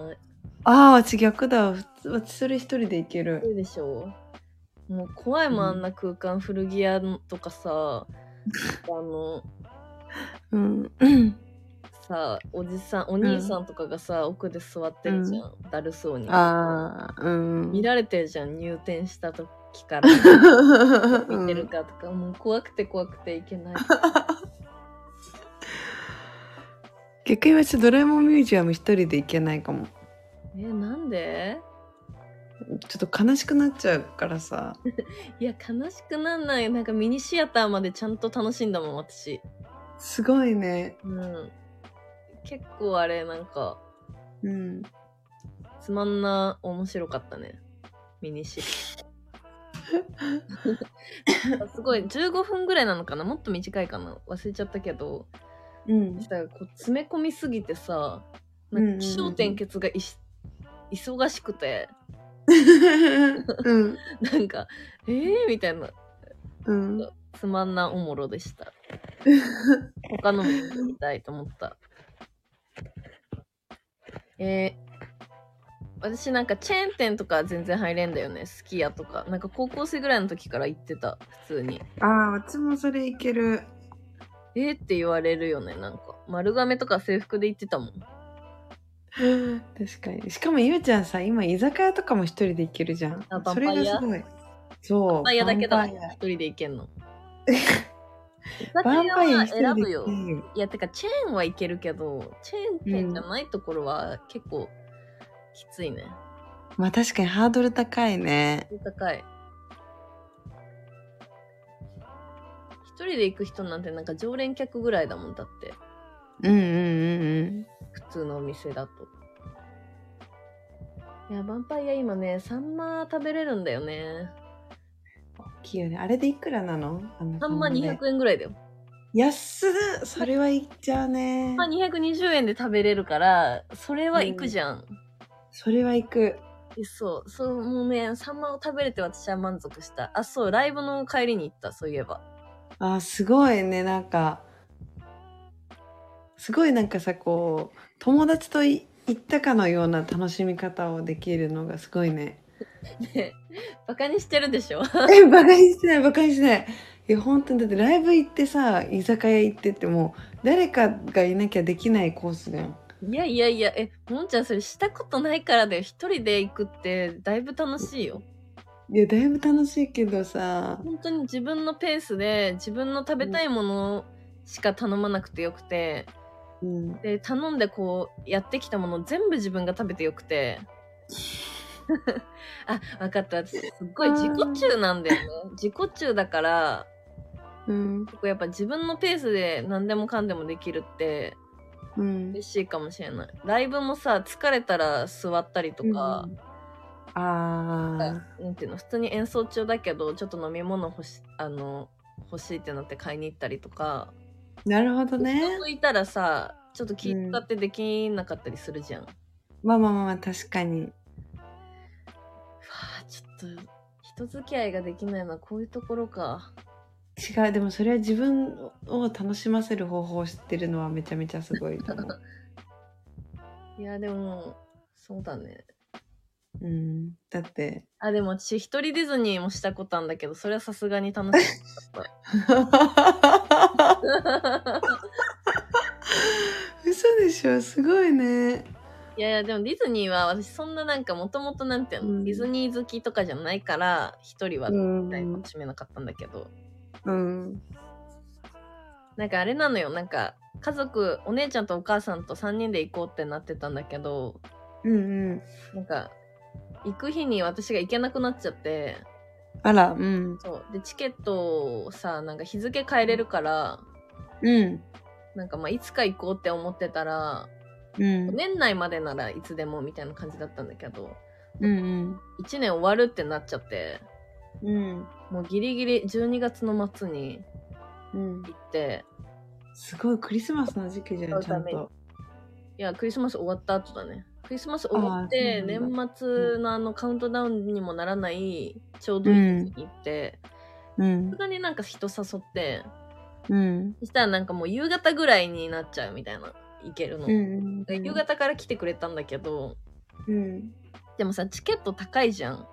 Speaker 1: ああ、私逆だ。普通私それ一人で行け
Speaker 2: ど
Speaker 1: る。
Speaker 2: うでしょうもう怖いもんあんな空間古着屋のとかさあの
Speaker 1: うん。
Speaker 2: さおじさんお兄さんとかがさ、奥で座ってるじゃん、だるそうに
Speaker 1: ああ、う
Speaker 2: 見
Speaker 1: ん。
Speaker 2: られてるじゃん入店した時から 見てるかとか、もう怖くて怖くていけ ない
Speaker 1: 逆に私ドラえもんミュージアム一人で行けないかも。
Speaker 2: えなんで
Speaker 1: ちょっと悲しくなっちゃうからさ。
Speaker 2: いや悲しくなんないなんかミニシアターまでちゃんと楽しんだもん私
Speaker 1: すごいね。
Speaker 2: うん結構あれなんか
Speaker 1: うん。
Speaker 2: つまんな面白かったねミニシアター すごい15分ぐらいなのかなもっと短いかな忘れちゃったけど
Speaker 1: うん
Speaker 2: だからこう詰め込みすぎてさ
Speaker 1: うんうんうん
Speaker 2: 気象転結がいし忙しくて
Speaker 1: うん。
Speaker 2: なんか「えー?」みたいな
Speaker 1: うん。
Speaker 2: つまんなおもろでした他のも見たいと思ったえー私なんかチェーン店とか全然入れんだよねすき家とかなんか高校生ぐらいの時から行ってた普通に
Speaker 1: ああ、私もそれいける。
Speaker 2: えー、って言われるよねなんか丸亀とか制服で行ってたもん
Speaker 1: 確かに。しかもゆうちゃんさ、今居酒屋とかも一人で行けるじゃん
Speaker 2: あ。
Speaker 1: それがすごい。そう。
Speaker 2: バンパイアだけだもん
Speaker 1: ヴァンパイ
Speaker 2: 一人で行けんの居
Speaker 1: ア
Speaker 2: 酒
Speaker 1: ヴァン
Speaker 2: 屋
Speaker 1: パイア
Speaker 2: は
Speaker 1: 一人
Speaker 2: 選
Speaker 1: で行
Speaker 2: ぶよ
Speaker 1: けるよ。
Speaker 2: いやてかチェーンはいけるけどチェーン店じゃないところは結構きついね、
Speaker 1: まあ確かにハードル高いね。
Speaker 2: 高い一人で行く人なんてなんか常連客ぐらいだもんだって
Speaker 1: うんうんうん
Speaker 2: 普通のお店だといやヴァンパイア今ねサンマ食べれるんだよね
Speaker 1: うん。大きいよね。あれでいくらなのあの
Speaker 2: サンマ
Speaker 1: ね
Speaker 2: 200円ぐらいだよ
Speaker 1: 安っそれはいっちゃうね。
Speaker 2: サンマ220円で食べれるからそれは行くじゃん、
Speaker 1: それは行く。
Speaker 2: えそうそうもうねサンマを食べれて私は満足したあそうライブの帰りに行ったそういえば
Speaker 1: あーすごいねなんかすごいなんかさこう友達とい行ったかのような楽しみ方をできるのがすごい ね。
Speaker 2: ねバカにしてるでしょ
Speaker 1: えバカにしてないバカにしてない。いや本当にだってライブ行ってさ居酒屋行ってってもう誰かがいなきゃできないコースじゃん。
Speaker 2: いやいやいやえもんちゃんそれしたことないからだよ一人で行くってだいぶ楽しいよ
Speaker 1: いやだいぶ楽しいけどさ
Speaker 2: 本当に自分のペースで自分の食べたいものしか頼まなくてよくて
Speaker 1: うん
Speaker 2: で頼んでこうやってきたもの全部自分が食べてよくて あ分かった私すっごい自己中なんだよね自己中だから
Speaker 1: うん
Speaker 2: 結構やっぱ自分のペースで何でもかんでもできるって
Speaker 1: うん。
Speaker 2: 嬉しいかもしれないライブもさ疲れたら座ったりとか、
Speaker 1: うん、あ
Speaker 2: なんていうの普通に演奏中だけどちょっと飲み物欲しあの欲しいってなって買いに行ったりとか
Speaker 1: ーなるほどね。
Speaker 2: 人といたらさちょっと気使ってできなかったりするじゃん、わ
Speaker 1: まあまあまあまあ確かに。
Speaker 2: あちょっと人付き合いができないのはこういうところか
Speaker 1: 違うでもそれは自 分を楽しませる方法を知ってるのはめちゃめちゃすごいと思う
Speaker 2: いや、でも、そうだね。
Speaker 1: うん、だ って、
Speaker 2: あ、でも私、一人ディズニーもしたことあんだけど、それはさすがに楽し かっ
Speaker 1: 嘘でしょすごいね。
Speaker 2: た。いやいや、でもディズニーは私、そんななんか、もともとなんていうの、
Speaker 1: うん
Speaker 2: ディズニー好きとかじゃないから、一人は
Speaker 1: うん
Speaker 2: 楽しめなかったんだけど、
Speaker 1: うん。
Speaker 2: なんかあれなのよ、なんか、家族、お姉ちゃんとお母さんと3人で行こうってなってたんだけど、
Speaker 1: うんうん。
Speaker 2: なんか、行く日に私が行けなくなっちゃって、
Speaker 1: あら、うん。
Speaker 2: そう。で、チケットをさ、なんか日付変えれるから、
Speaker 1: うん。
Speaker 2: なんかまあ、いつか行こうって思ってたら、
Speaker 1: うん。
Speaker 2: 年内までならいつでもみたいな感じだったんだけど、
Speaker 1: うん
Speaker 2: 1年終わるってなっちゃって、
Speaker 1: うん。うん。
Speaker 2: もうギリギリ12月の末に
Speaker 1: うん。
Speaker 2: 行って、
Speaker 1: すごい、クリスマスの時期じゃん、ちゃん
Speaker 2: そうだ
Speaker 1: と。
Speaker 2: いや、クリスマス終わった後だね。クリスマス終わって
Speaker 1: あ、ー
Speaker 2: 年
Speaker 1: そう
Speaker 2: 末のあのカウントダウンにもならない、ちょうどいい時に行って、
Speaker 1: うん
Speaker 2: さす。がになんか人誘って、
Speaker 1: うん。
Speaker 2: そしたらなんかもう夕方ぐらいになっちゃうみたいな、行けるの。
Speaker 1: うん。
Speaker 2: で夕方から来てくれたんだけど
Speaker 1: うん。
Speaker 2: でもさチケット高いじゃん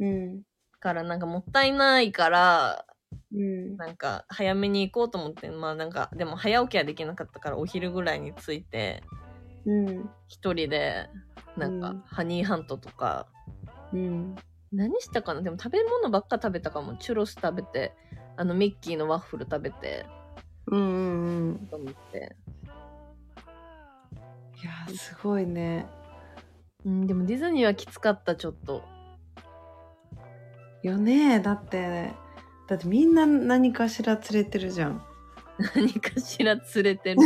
Speaker 1: うん。
Speaker 2: からなんかもったいないから
Speaker 1: うん。
Speaker 2: なんか早めに行こうと思ってまあなんかでも早起きはできなかったからお昼ぐらいに着いて
Speaker 1: うん。
Speaker 2: 一人でなんか、
Speaker 1: うん
Speaker 2: ハニーハントとか
Speaker 1: うん。
Speaker 2: 何したかなでも食べ物ばっか食べたかもチュロス食べてあのミッキーのワッフル食べて
Speaker 1: うん。うん。
Speaker 2: と思って、
Speaker 1: いやー、すごいね。
Speaker 2: うん、でもディズニーはきつかったちょっと
Speaker 1: よねだって、だってみんな何かしら連れてるじ ゃん。
Speaker 2: 何かしら連れてる、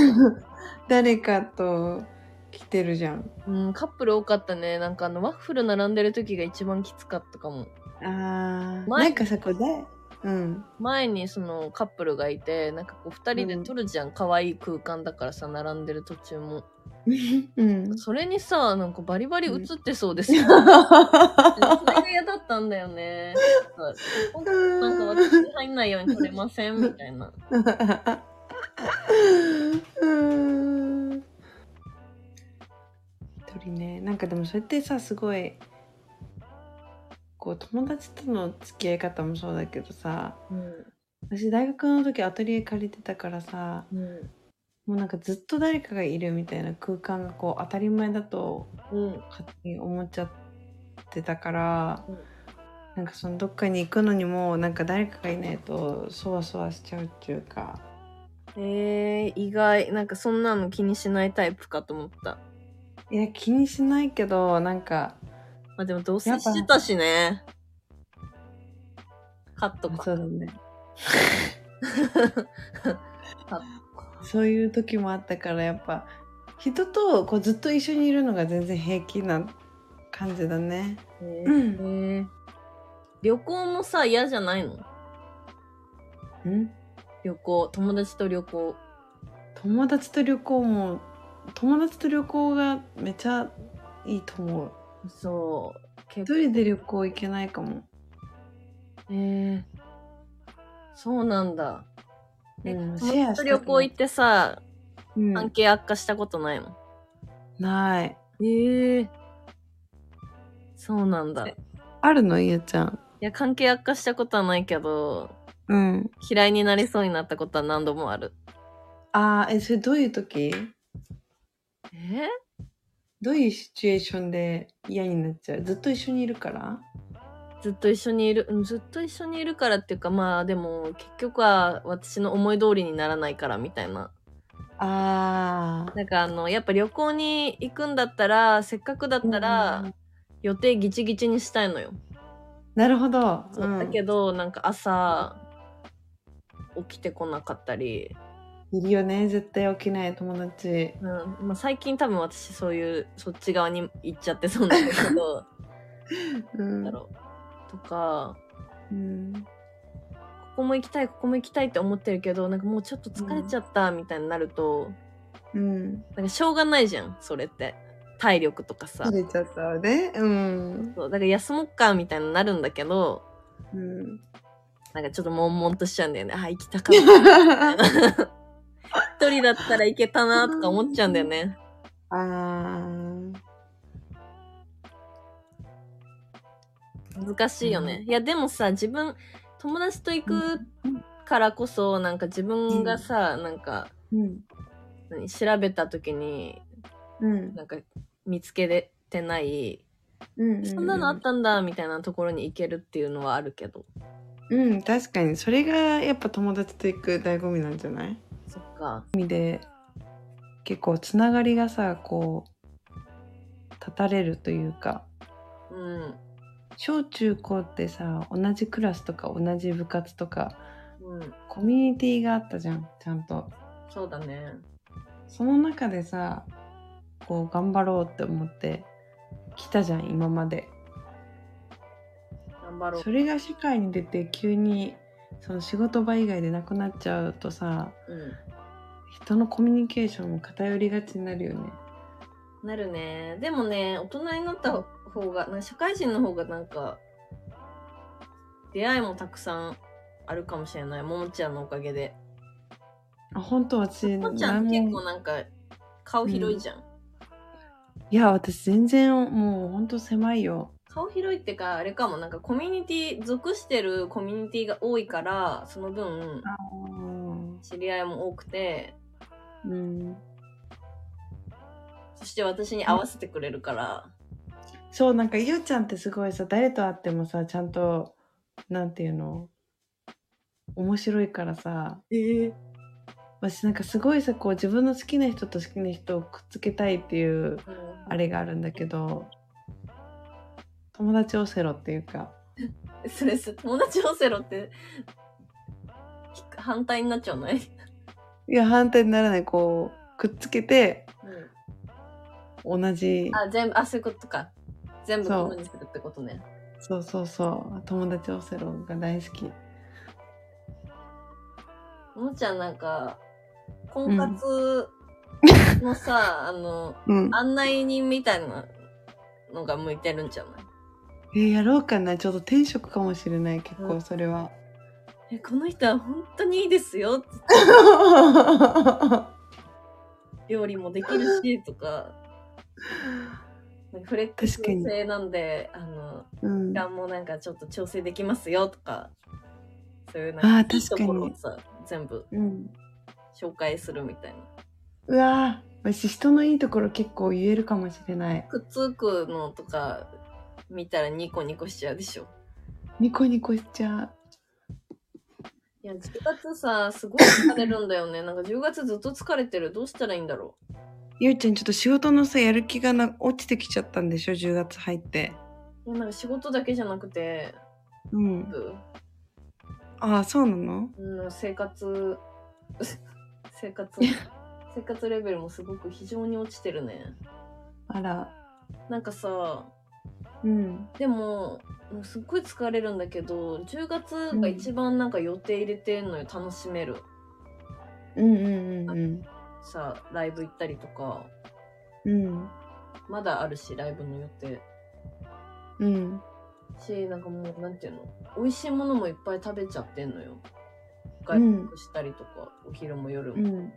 Speaker 1: 誰かと来てるじゃん。
Speaker 2: うん、カップル多かったねなんかあのワッフル並んでる時が一番きつかったかも
Speaker 1: あー
Speaker 2: 前
Speaker 1: なんかさこうでうん
Speaker 2: 前にそのカップルがいてなんかこう2人で撮るじゃん、可愛い空間だからさ並んでる途中も
Speaker 1: うん
Speaker 2: それにさなんかバリバリ映ってそう ですよ、それが嫌だったんだよねなんかなんか私 に入んないように撮れませんみたいな
Speaker 1: うん鳥ねなんかでもそれってさすごいこう友達との付き合い方もそうだけどさ
Speaker 2: うん
Speaker 1: 私大学の時アトリエ借りてたからさ
Speaker 2: うん
Speaker 1: もうなんかずっと誰かがいるみたいな空間がこう当たり前だと
Speaker 2: うん
Speaker 1: 勝手に思っちゃってたから、
Speaker 2: うん
Speaker 1: なんかそのどっかに行くのにもなんか誰かがいないとそわそわしちゃうっていうか
Speaker 2: えー、意外なんかそんなの気にしないタイプかと思った
Speaker 1: いや気にしないけどなんか
Speaker 2: まあでも同棲してたしねカットか
Speaker 1: そうだ ね
Speaker 2: あ
Speaker 1: そういう時もあったからやっぱ人とこうずっと一緒にいるのが全然平気な感じだね。
Speaker 2: へえ
Speaker 1: う
Speaker 2: 旅行もさ嫌じゃないの
Speaker 1: ん
Speaker 2: 旅行友達と旅行
Speaker 1: 友達と旅行も友達と旅行がめちゃいいと思う。
Speaker 2: そう
Speaker 1: 一
Speaker 2: 結
Speaker 1: 人で旅行行けないかも。
Speaker 2: えー、そうなんだえ
Speaker 1: うんシ
Speaker 2: 友
Speaker 1: ェ
Speaker 2: 達
Speaker 1: アしたくな
Speaker 2: と
Speaker 1: い
Speaker 2: 旅行行ってさ
Speaker 1: うん
Speaker 2: 関係悪化したことないの、
Speaker 1: ない。
Speaker 2: へえそうなんだい
Speaker 1: えあるのゆうちゃん。
Speaker 2: や関係悪化したことはないけど
Speaker 1: うん。
Speaker 2: 嫌いになりそうになったことは何度もある
Speaker 1: ああ、え、それどういう時
Speaker 2: えー、
Speaker 1: どういうシチュエーションで嫌になっちゃうずっと一緒にいるから
Speaker 2: ずっと一緒にいる、うんずっと一緒にいるからっていうか、まあでも結局は私の思い通りにならないからみたいな。
Speaker 1: ああ。
Speaker 2: なんかあの、やっぱ旅行に行くんだったら、せっかくだったら、予定ギチギチにしたいのよ。
Speaker 1: なるほど。
Speaker 2: そうだけど、なんか朝、起きてこなかったり、
Speaker 1: うんいるよね。絶対起きない友達。
Speaker 2: うん、まあ最近多分私そういう、そっち側に行っちゃってそうなんだけど、
Speaker 1: う
Speaker 2: なん
Speaker 1: ん
Speaker 2: だ。ろう。とか、
Speaker 1: うん。
Speaker 2: ここも行きたい、ここも行きたいって思ってるけど、なんかもうちょっと疲れちゃったみたいになると、
Speaker 1: うん。
Speaker 2: なんかしょうがないじゃん、それって。体力とかさ。
Speaker 1: 取れちゃったわね。うん。
Speaker 2: そうだから休もっかみたいになるんだけど、
Speaker 1: うん。
Speaker 2: なんかちょっと悶々としちゃうんだよね。あ、行き たかった。一人だったら行けたなとか思っちゃうんだよね。
Speaker 1: あー
Speaker 2: 難しいよね、
Speaker 1: う
Speaker 2: いやでもさ自分友達と行くからこそなんか自分がさ、なんか
Speaker 1: うん
Speaker 2: 何調べた時に
Speaker 1: うん
Speaker 2: なんか見つけれてない、
Speaker 1: うん
Speaker 2: そんなのあったんだみたいなところに行けるっていうのはあるけど
Speaker 1: うん確かにそれがやっぱ友達と行く醍醐味なんじゃない
Speaker 2: そっか
Speaker 1: 結構つながりがさこう断たれるというか
Speaker 2: うん
Speaker 1: 小中高ってさ同じクラスとか同じ部活とか
Speaker 2: うん
Speaker 1: コミュニティがあったじゃんちゃんと
Speaker 2: そうだね
Speaker 1: その中でさこう頑張ろうって思って来たじゃん今まで
Speaker 2: 頑張ろう
Speaker 1: それが社会に出て急にその仕事場以外でなくなっちゃうとさ
Speaker 2: う
Speaker 1: 人のコミュニケーションも偏りがちになるよね
Speaker 2: んなるねでもね大人になった方がなんか社会人の方がなんか出会いもたくさんあるかもしれないももちゃんのおかげで
Speaker 1: あ本当私
Speaker 2: ももちゃん
Speaker 1: 何
Speaker 2: 結
Speaker 1: も
Speaker 2: 構なんか顔広いじゃん、
Speaker 1: いや私全然もうほんと狭いよ
Speaker 2: 顔広いってかあれかもなんかコミュニティ属してるコミュニティが多いからその分
Speaker 1: う
Speaker 2: 知り合いも多くて
Speaker 1: ん
Speaker 2: そして私に合わせてくれるから、
Speaker 1: そうなんかゆうちゃんってすごいさ誰と会ってもさちゃんとなんていうの面白いからさ
Speaker 2: ええ
Speaker 1: 私なんかすごいさこう自分の好きな人と好きな人をくっつけたいっていうあれがあるんだけど友達オセロっていうか
Speaker 2: それさ友達オセロってひ反対になっちゃうない、
Speaker 1: いや反対にならないこうくっつけて同じ
Speaker 2: あ全部あそういうことか全部
Speaker 1: そう
Speaker 2: コムにするってことね
Speaker 1: そうそうそう友達オセロが大好き
Speaker 2: ももちゃんなんか婚活のさ、 あの
Speaker 1: うん
Speaker 2: 案内人みたいなのが向いてるんじゃない
Speaker 1: えーやろうかなちょっと転職かもしれない結
Speaker 2: う
Speaker 1: 構
Speaker 2: ん
Speaker 1: それ は、
Speaker 2: えこの人は本当にいいですよ料理もできるしとかなんかフレックス
Speaker 1: 確かに
Speaker 2: 性なんであの
Speaker 1: うん
Speaker 2: 時間もなんかちょっと調整できますよとかそういう
Speaker 1: あ
Speaker 2: なん
Speaker 1: ー
Speaker 2: かいいと
Speaker 1: 確かに
Speaker 2: ころをさ全部
Speaker 1: うん、
Speaker 2: 紹介するみたいな
Speaker 1: うわー私人のいいところ結構言えるかもしれない
Speaker 2: くっつくのとか見たらニコニコしちゃうでしょ
Speaker 1: ニコニコしちゃ
Speaker 2: いや10月さすごい疲れるんだよねなんか10月ずっと疲れてるどうしたらいいんだろ
Speaker 1: うゆうちゃんちょっと仕事のさやる気がな落ちてきちゃったんでしょ10月入って
Speaker 2: ういやなんか仕事だけじゃなくて
Speaker 1: うんああそうなの
Speaker 2: うん、生活生活生活レベルもすごく非常に落ちてるね
Speaker 1: あら
Speaker 2: なんかさ
Speaker 1: うん
Speaker 2: でももうすっごい疲れるんだけど10月が一番なんか予定入れてんのよ楽しめる
Speaker 1: うんうんうん
Speaker 2: さライブ行ったりとか
Speaker 1: うんうん
Speaker 2: まだあるしライブの予定
Speaker 1: うん
Speaker 2: しなんかもうなんていうの美味しいものもいっぱい食べちゃってんのよ
Speaker 1: う
Speaker 2: 外
Speaker 1: ん
Speaker 2: 食したりとか、お昼も夜
Speaker 1: う
Speaker 2: も、
Speaker 1: ん
Speaker 2: で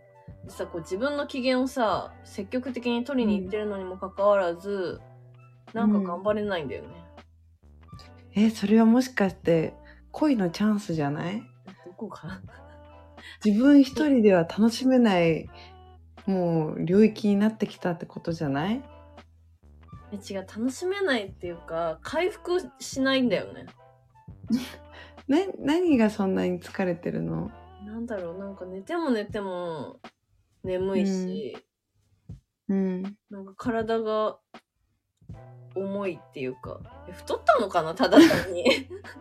Speaker 2: さこう自分の機嫌をさ積極的に取りに行ってるのにもかかわらず、なんか頑張れないんだよね、
Speaker 1: えーそれはもしかして恋のチャンスじゃない
Speaker 2: どこが
Speaker 1: 自分一人では楽しめないもう領域になってきたってことじゃない
Speaker 2: え違う楽しめないっていうか回復しないんだよね
Speaker 1: な何がそんなに疲れてるの
Speaker 2: なんだろうなんか寝ても寝ても眠いし、
Speaker 1: うん
Speaker 2: なんか体が重いっていうかえ太ったのかなただ単に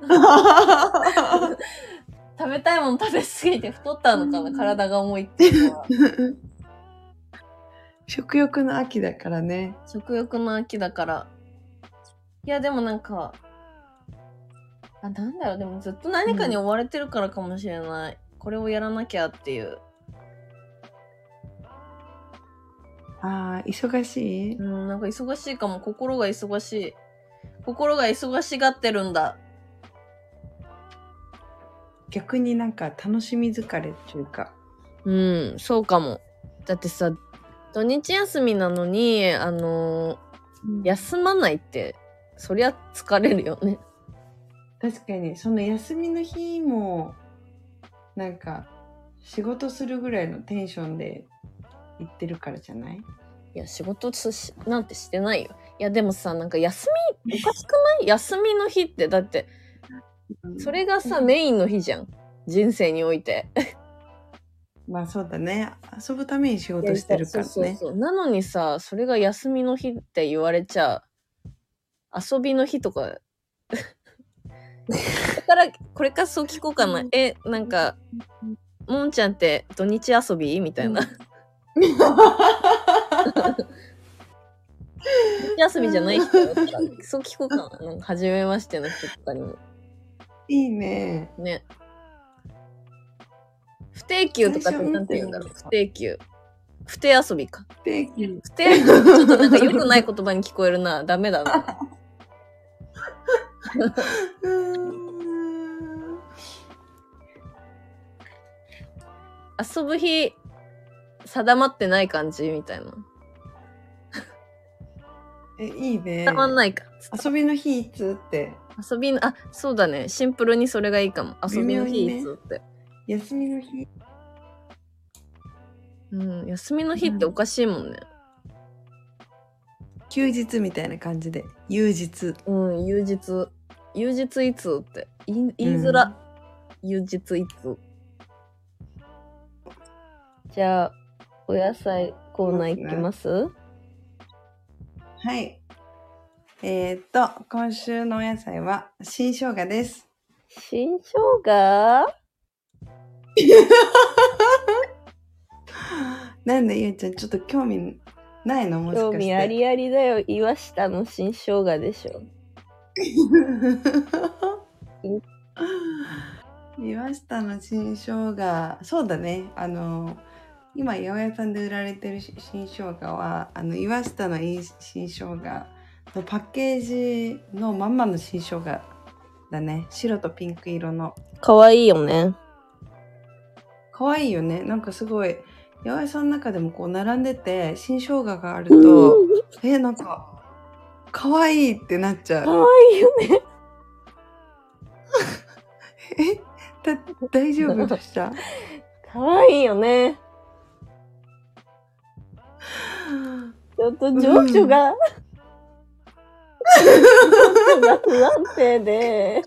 Speaker 2: 食べたいもの食べ過ぎて太ったのか
Speaker 1: う
Speaker 2: なん体が重いっていうのは
Speaker 1: 食欲の秋だからね
Speaker 2: 食欲の秋だからいやでもなんかあなんだろうでもずっと何かに追われてるからかもしれない、これをやらなきゃっていう
Speaker 1: あー忙しい
Speaker 2: うんなんか忙しいかも心が忙しい心が忙しがってるんだ
Speaker 1: 逆になんか楽しみ疲れっていうか
Speaker 2: うんそうかもだってさ土日休みなのに、あのー休まないって、そりゃ疲れるよね。
Speaker 1: 確かにその休みの日もなんか仕事するぐらいのテンションで行ってるからじゃない
Speaker 2: いや、仕事ししなんてしてないよ。いや、でもさ、なんか休み、おかしくない休みの日って、だって、それがさ、
Speaker 1: うん
Speaker 2: メインの日じゃん。人生において。
Speaker 1: まあそうだね遊ぶために仕事してるからね
Speaker 2: そうそうそうなのにさ、それが休みの日って言われちゃ、遊びの日と か。だから、これからそう聞こうかな。え、なんか、もんちゃんって土日遊びみたいな。土日休みじゃない人だったら、そう聞こうかな。なんか、初めましての人とかにも。
Speaker 1: いいね
Speaker 2: ね。不定休とかってなんて言うんだろう。不定休。不定遊びか。
Speaker 1: 定休
Speaker 2: 不定 休。ちょっとなんか良くない言葉に聞こえるな。ダメだな。遊ぶ日、定まってない感じみたいな。
Speaker 1: えいいね
Speaker 2: 定まんないか。
Speaker 1: 遊びの日いつって
Speaker 2: 遊びの、あ、そうだね。シンプルにそれがいいかも。遊びの日いつって。
Speaker 1: 休みの日
Speaker 2: うん。休みの日っておかしいもんね。
Speaker 1: 休日みたいな感じで休日
Speaker 2: うん、休日。休日いつって。言い言いづら。休日いつじゃあお野菜コーナーいきます
Speaker 1: はい。えーっと、今週のお野菜は新生姜です。
Speaker 2: 新生姜
Speaker 1: なんでゆうちゃん、ちょっと興味ないのもしかして。
Speaker 2: 興味ありありだよ岩下の新生姜でしょ
Speaker 1: 岩下の新生姜、そうだね。あの、今、八百屋さんで売られてるし新生姜は、あの、岩下のいい新生姜のパッケージのまんまの新生姜だね。白とピンク色の。
Speaker 2: かわいいよね
Speaker 1: 可愛いよねなんかすごい八百屋さんの中でもこう並んでて新生姜があると、えなんか可愛いってなっちゃ
Speaker 2: か
Speaker 1: う
Speaker 2: わいいよね
Speaker 1: えだ大 丈夫でした
Speaker 2: かわいいよねちょっと情緒が、情緒が不安定で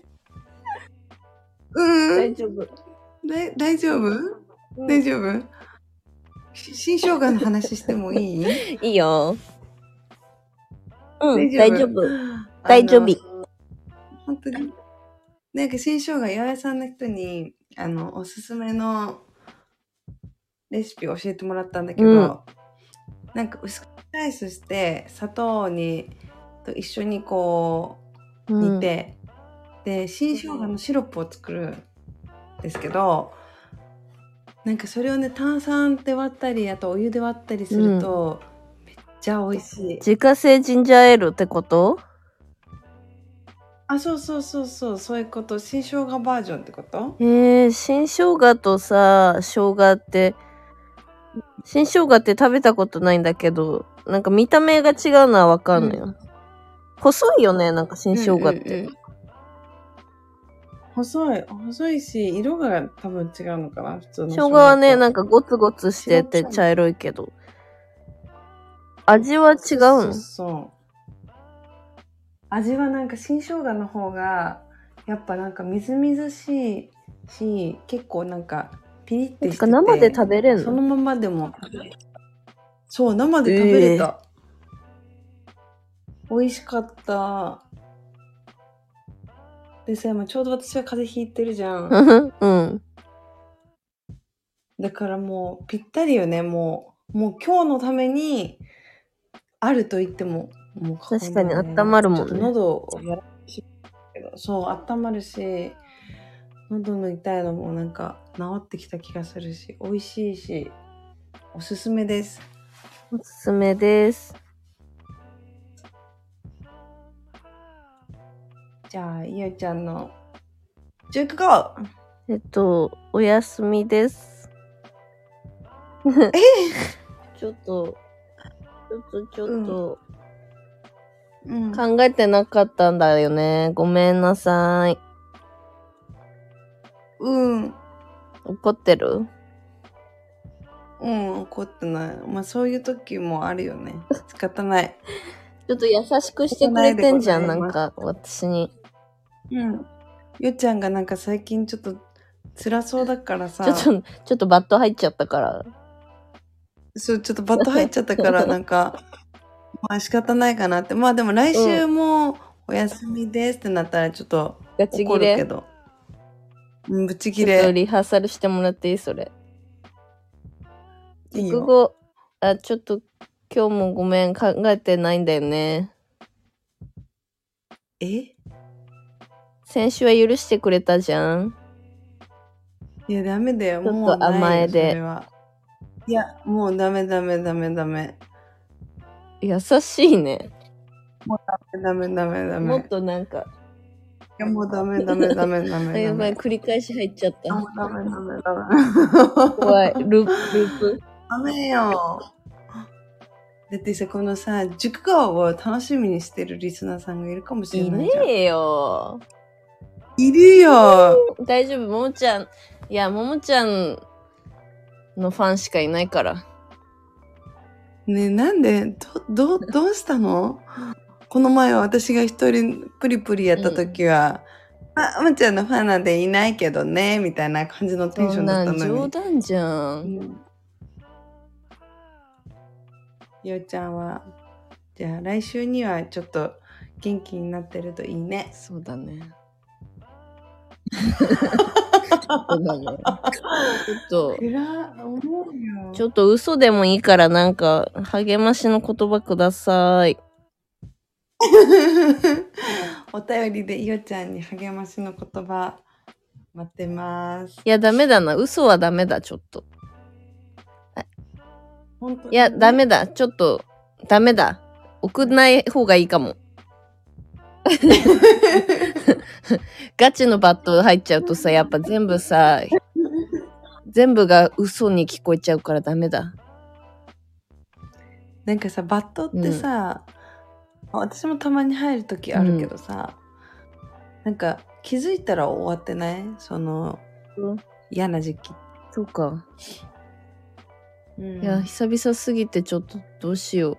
Speaker 1: う
Speaker 2: 大
Speaker 1: ん
Speaker 2: 丈夫
Speaker 1: だ大丈夫大丈夫し新生姜の話してもいい
Speaker 2: いいようん
Speaker 1: 大丈
Speaker 2: 大丈
Speaker 1: 夫
Speaker 2: 夫大丈夫
Speaker 1: あの本当になんか新生姜八百屋さんの人にあのおすすめのレシピを教えてもらったんだけど、
Speaker 2: うん
Speaker 1: なんか薄くスライスして砂糖にと一緒にこう
Speaker 2: うん
Speaker 1: 煮て、で新生姜のシロップを作るんですけどなんかそれをね炭酸で割ったりあとお湯で割ったりすると、めっちゃ美味しい。
Speaker 2: 自家製ジンジャーエールってこと
Speaker 1: あそうそうそうそうそういうこと新生姜バージョンってこと
Speaker 2: えー、新生姜とさ生姜って新生姜って食べたことないんだけどなんか見た目が違うのはわかんのよ、
Speaker 1: う
Speaker 2: 細いよねなんか新生姜って、
Speaker 1: うんうんうん細い細いし色が多分違うのかな普通の
Speaker 2: 生姜は
Speaker 1: 生姜
Speaker 2: ね
Speaker 1: と
Speaker 2: なんかゴツゴツしてて
Speaker 1: 違う
Speaker 2: 茶色いけど味は違うの
Speaker 1: そうそう味はなんか新生姜の方がやっぱなんかみずみずしいし結構なんかピリってして
Speaker 2: なん
Speaker 1: て
Speaker 2: か生で食べれん
Speaker 1: そ
Speaker 2: の
Speaker 1: のままでもそう生で食べれた、美味しかったでさ今ちょうど私は風邪ひいてるじ ゃん
Speaker 2: うん
Speaker 1: だからもうぴったりよねもうもう今日のためにあると言ってももう過言ではない
Speaker 2: 確かに温まるもんね
Speaker 1: ちょっと喉をやらかしてるけどそう温まるし喉の痛いのもなんか治ってきた気がするし美味しいしおすすめです
Speaker 2: おすすめです
Speaker 1: じゃあゆうちゃんの19号
Speaker 2: えっとお休みです
Speaker 1: え
Speaker 2: ちょっとつちょっと
Speaker 1: うん
Speaker 2: 考えてなかったんだよね。ごめんなさい。
Speaker 1: うん、
Speaker 2: 怒ってる
Speaker 1: うん、怒ってない。まあそういう時もあるよね。仕方ない。
Speaker 2: ちょっと優しくしてくれてんじゃん、
Speaker 1: 怒
Speaker 2: な
Speaker 1: らない
Speaker 2: ん
Speaker 1: でござ
Speaker 2: か私に。
Speaker 1: うん。ゆっちゃんがなんか最近ちょっと辛そうだからさ、
Speaker 2: ちょっと、ちょっとバット入っちゃったから。
Speaker 1: そうちょっとバット入っちゃったから なんか、まあ仕方ないかなって。まあでも来週もお休みですってなったらちょっと
Speaker 2: ガチ
Speaker 1: 怒
Speaker 2: 切
Speaker 1: るけ
Speaker 2: れ。
Speaker 1: ど。うん、ぶち切
Speaker 2: ちょっと
Speaker 1: れ。
Speaker 2: リハーサルしてもらっていいそれ。
Speaker 1: いい
Speaker 2: 国
Speaker 1: よ。
Speaker 2: 語、あ、ちょっと今日もごめん、考えてないんだよね。
Speaker 1: え
Speaker 2: 先週は許してくれたじゃん。
Speaker 1: いや、ダメだよ。
Speaker 2: ちょっと
Speaker 1: もうないよ
Speaker 2: 甘えで
Speaker 1: それはいや、もうダメダメダメダメ。
Speaker 2: 優しいね。
Speaker 1: ダメダメダメ。
Speaker 2: もっとなんか、
Speaker 1: いや、もうダメダメダメダメダ
Speaker 2: あ
Speaker 1: メ。
Speaker 2: やばい、繰り返し入っちゃっ
Speaker 1: あ
Speaker 2: た。
Speaker 1: もうダメダメダメ。
Speaker 2: 怖い。ルループ。
Speaker 1: ダメよ。だってさ、このさ、塾顔を楽しみにしてるリスナーさんがいるかもしれ
Speaker 2: い
Speaker 1: ない
Speaker 2: ね
Speaker 1: じゃん。
Speaker 2: えよ。
Speaker 1: いるよ。
Speaker 2: 大丈夫、ももちゃん。いや、ももちゃんのファンしかいないから。
Speaker 1: ねえなんで、ど、ど、どうしたのこの前は私が一人プリプリやった時は、あ、あまちゃんのファンなんていないけどね、みたいな感じのテンショ
Speaker 2: そん
Speaker 1: ンだった
Speaker 2: なん
Speaker 1: の
Speaker 2: 冗
Speaker 1: に。
Speaker 2: 談じゃん。
Speaker 1: ようちゃんは、じゃあ来週にはちょっと元気になってるといいね。
Speaker 2: そうだね。そうだね。ちょっと、
Speaker 1: 暗思うよ。
Speaker 2: ちょっと嘘でもいいから、なんか、励ましの言葉ください。
Speaker 1: お便りでいおちゃんに励ましの言葉待ってます。
Speaker 2: いや、ダメだな。嘘はダメだ、ちょっと。
Speaker 1: 本当に
Speaker 2: いや、ダ。メだ。ちょっと、ダメだ。送んない方がいいかも。ガチのバット入っちゃうとさ、やっぱ全部さ、全部が嘘に聞こえちゃうからダメだ。
Speaker 1: なんかさバットってさ、私もたまに入る時あるけどさ、なんか気づいたら終わってないその、
Speaker 2: うん
Speaker 1: 嫌な時期。
Speaker 2: そうか。
Speaker 1: うん
Speaker 2: いや、久々すぎてちょっとどうしよう。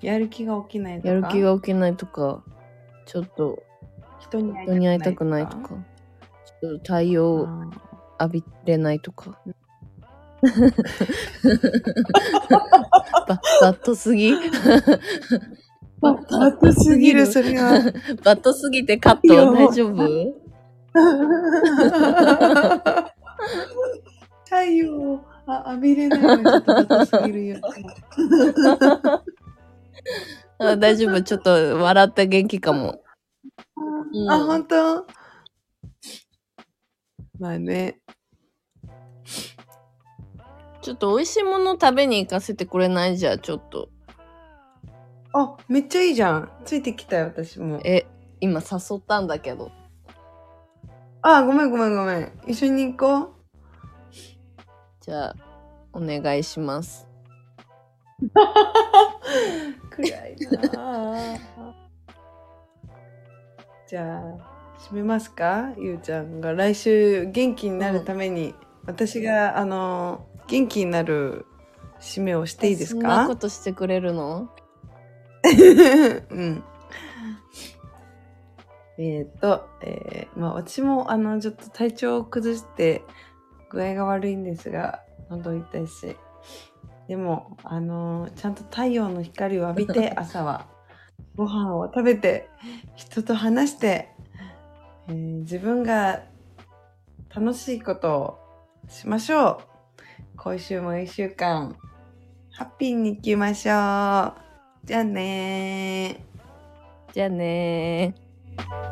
Speaker 1: やる気が起きないとか
Speaker 2: やる気が起きないとか、ちょっと
Speaker 1: 人に
Speaker 2: 人に会いたくないとか、ちょっと太陽を
Speaker 1: あ
Speaker 2: 浴びれないとか。 バ バットすぎ
Speaker 1: バットすぎるそれは。
Speaker 2: バットすぎてカッ
Speaker 1: いい
Speaker 2: ト
Speaker 1: よ
Speaker 2: 大丈夫
Speaker 1: 太陽をあ浴びれないのにちょっと高すぎるよ。
Speaker 2: あ大丈 夫ちょっと笑って元気かも。うん
Speaker 1: あ、本当まあね。
Speaker 2: ちょっと美味しいもの食べに行かせてくれないじゃあちょっと。
Speaker 1: あ、めっちゃいいじゃん。ついてきたよ、私も。
Speaker 2: え、今誘ったんだけど。
Speaker 1: あ、ごめんごめんごめん。一緒に行こう。
Speaker 2: じゃあ、お願いします。
Speaker 1: 暗いなあ じゃあ閉めますかゆうちゃんが来週元気になるために、私があの元気になる締めをしていいです
Speaker 2: そんなこ
Speaker 1: か
Speaker 2: としてくれるの
Speaker 1: うんえっ、と、えーまあ私もあのちょっと体調を崩して具合が悪いんですが喉痛いしでもあのーちゃんと太陽の光を浴び て朝はご飯を食べて人と話して、えー自分が楽しいことをしましょう今週も1週間ハッピーに行きましょうじゃあねー。
Speaker 2: じゃあねー。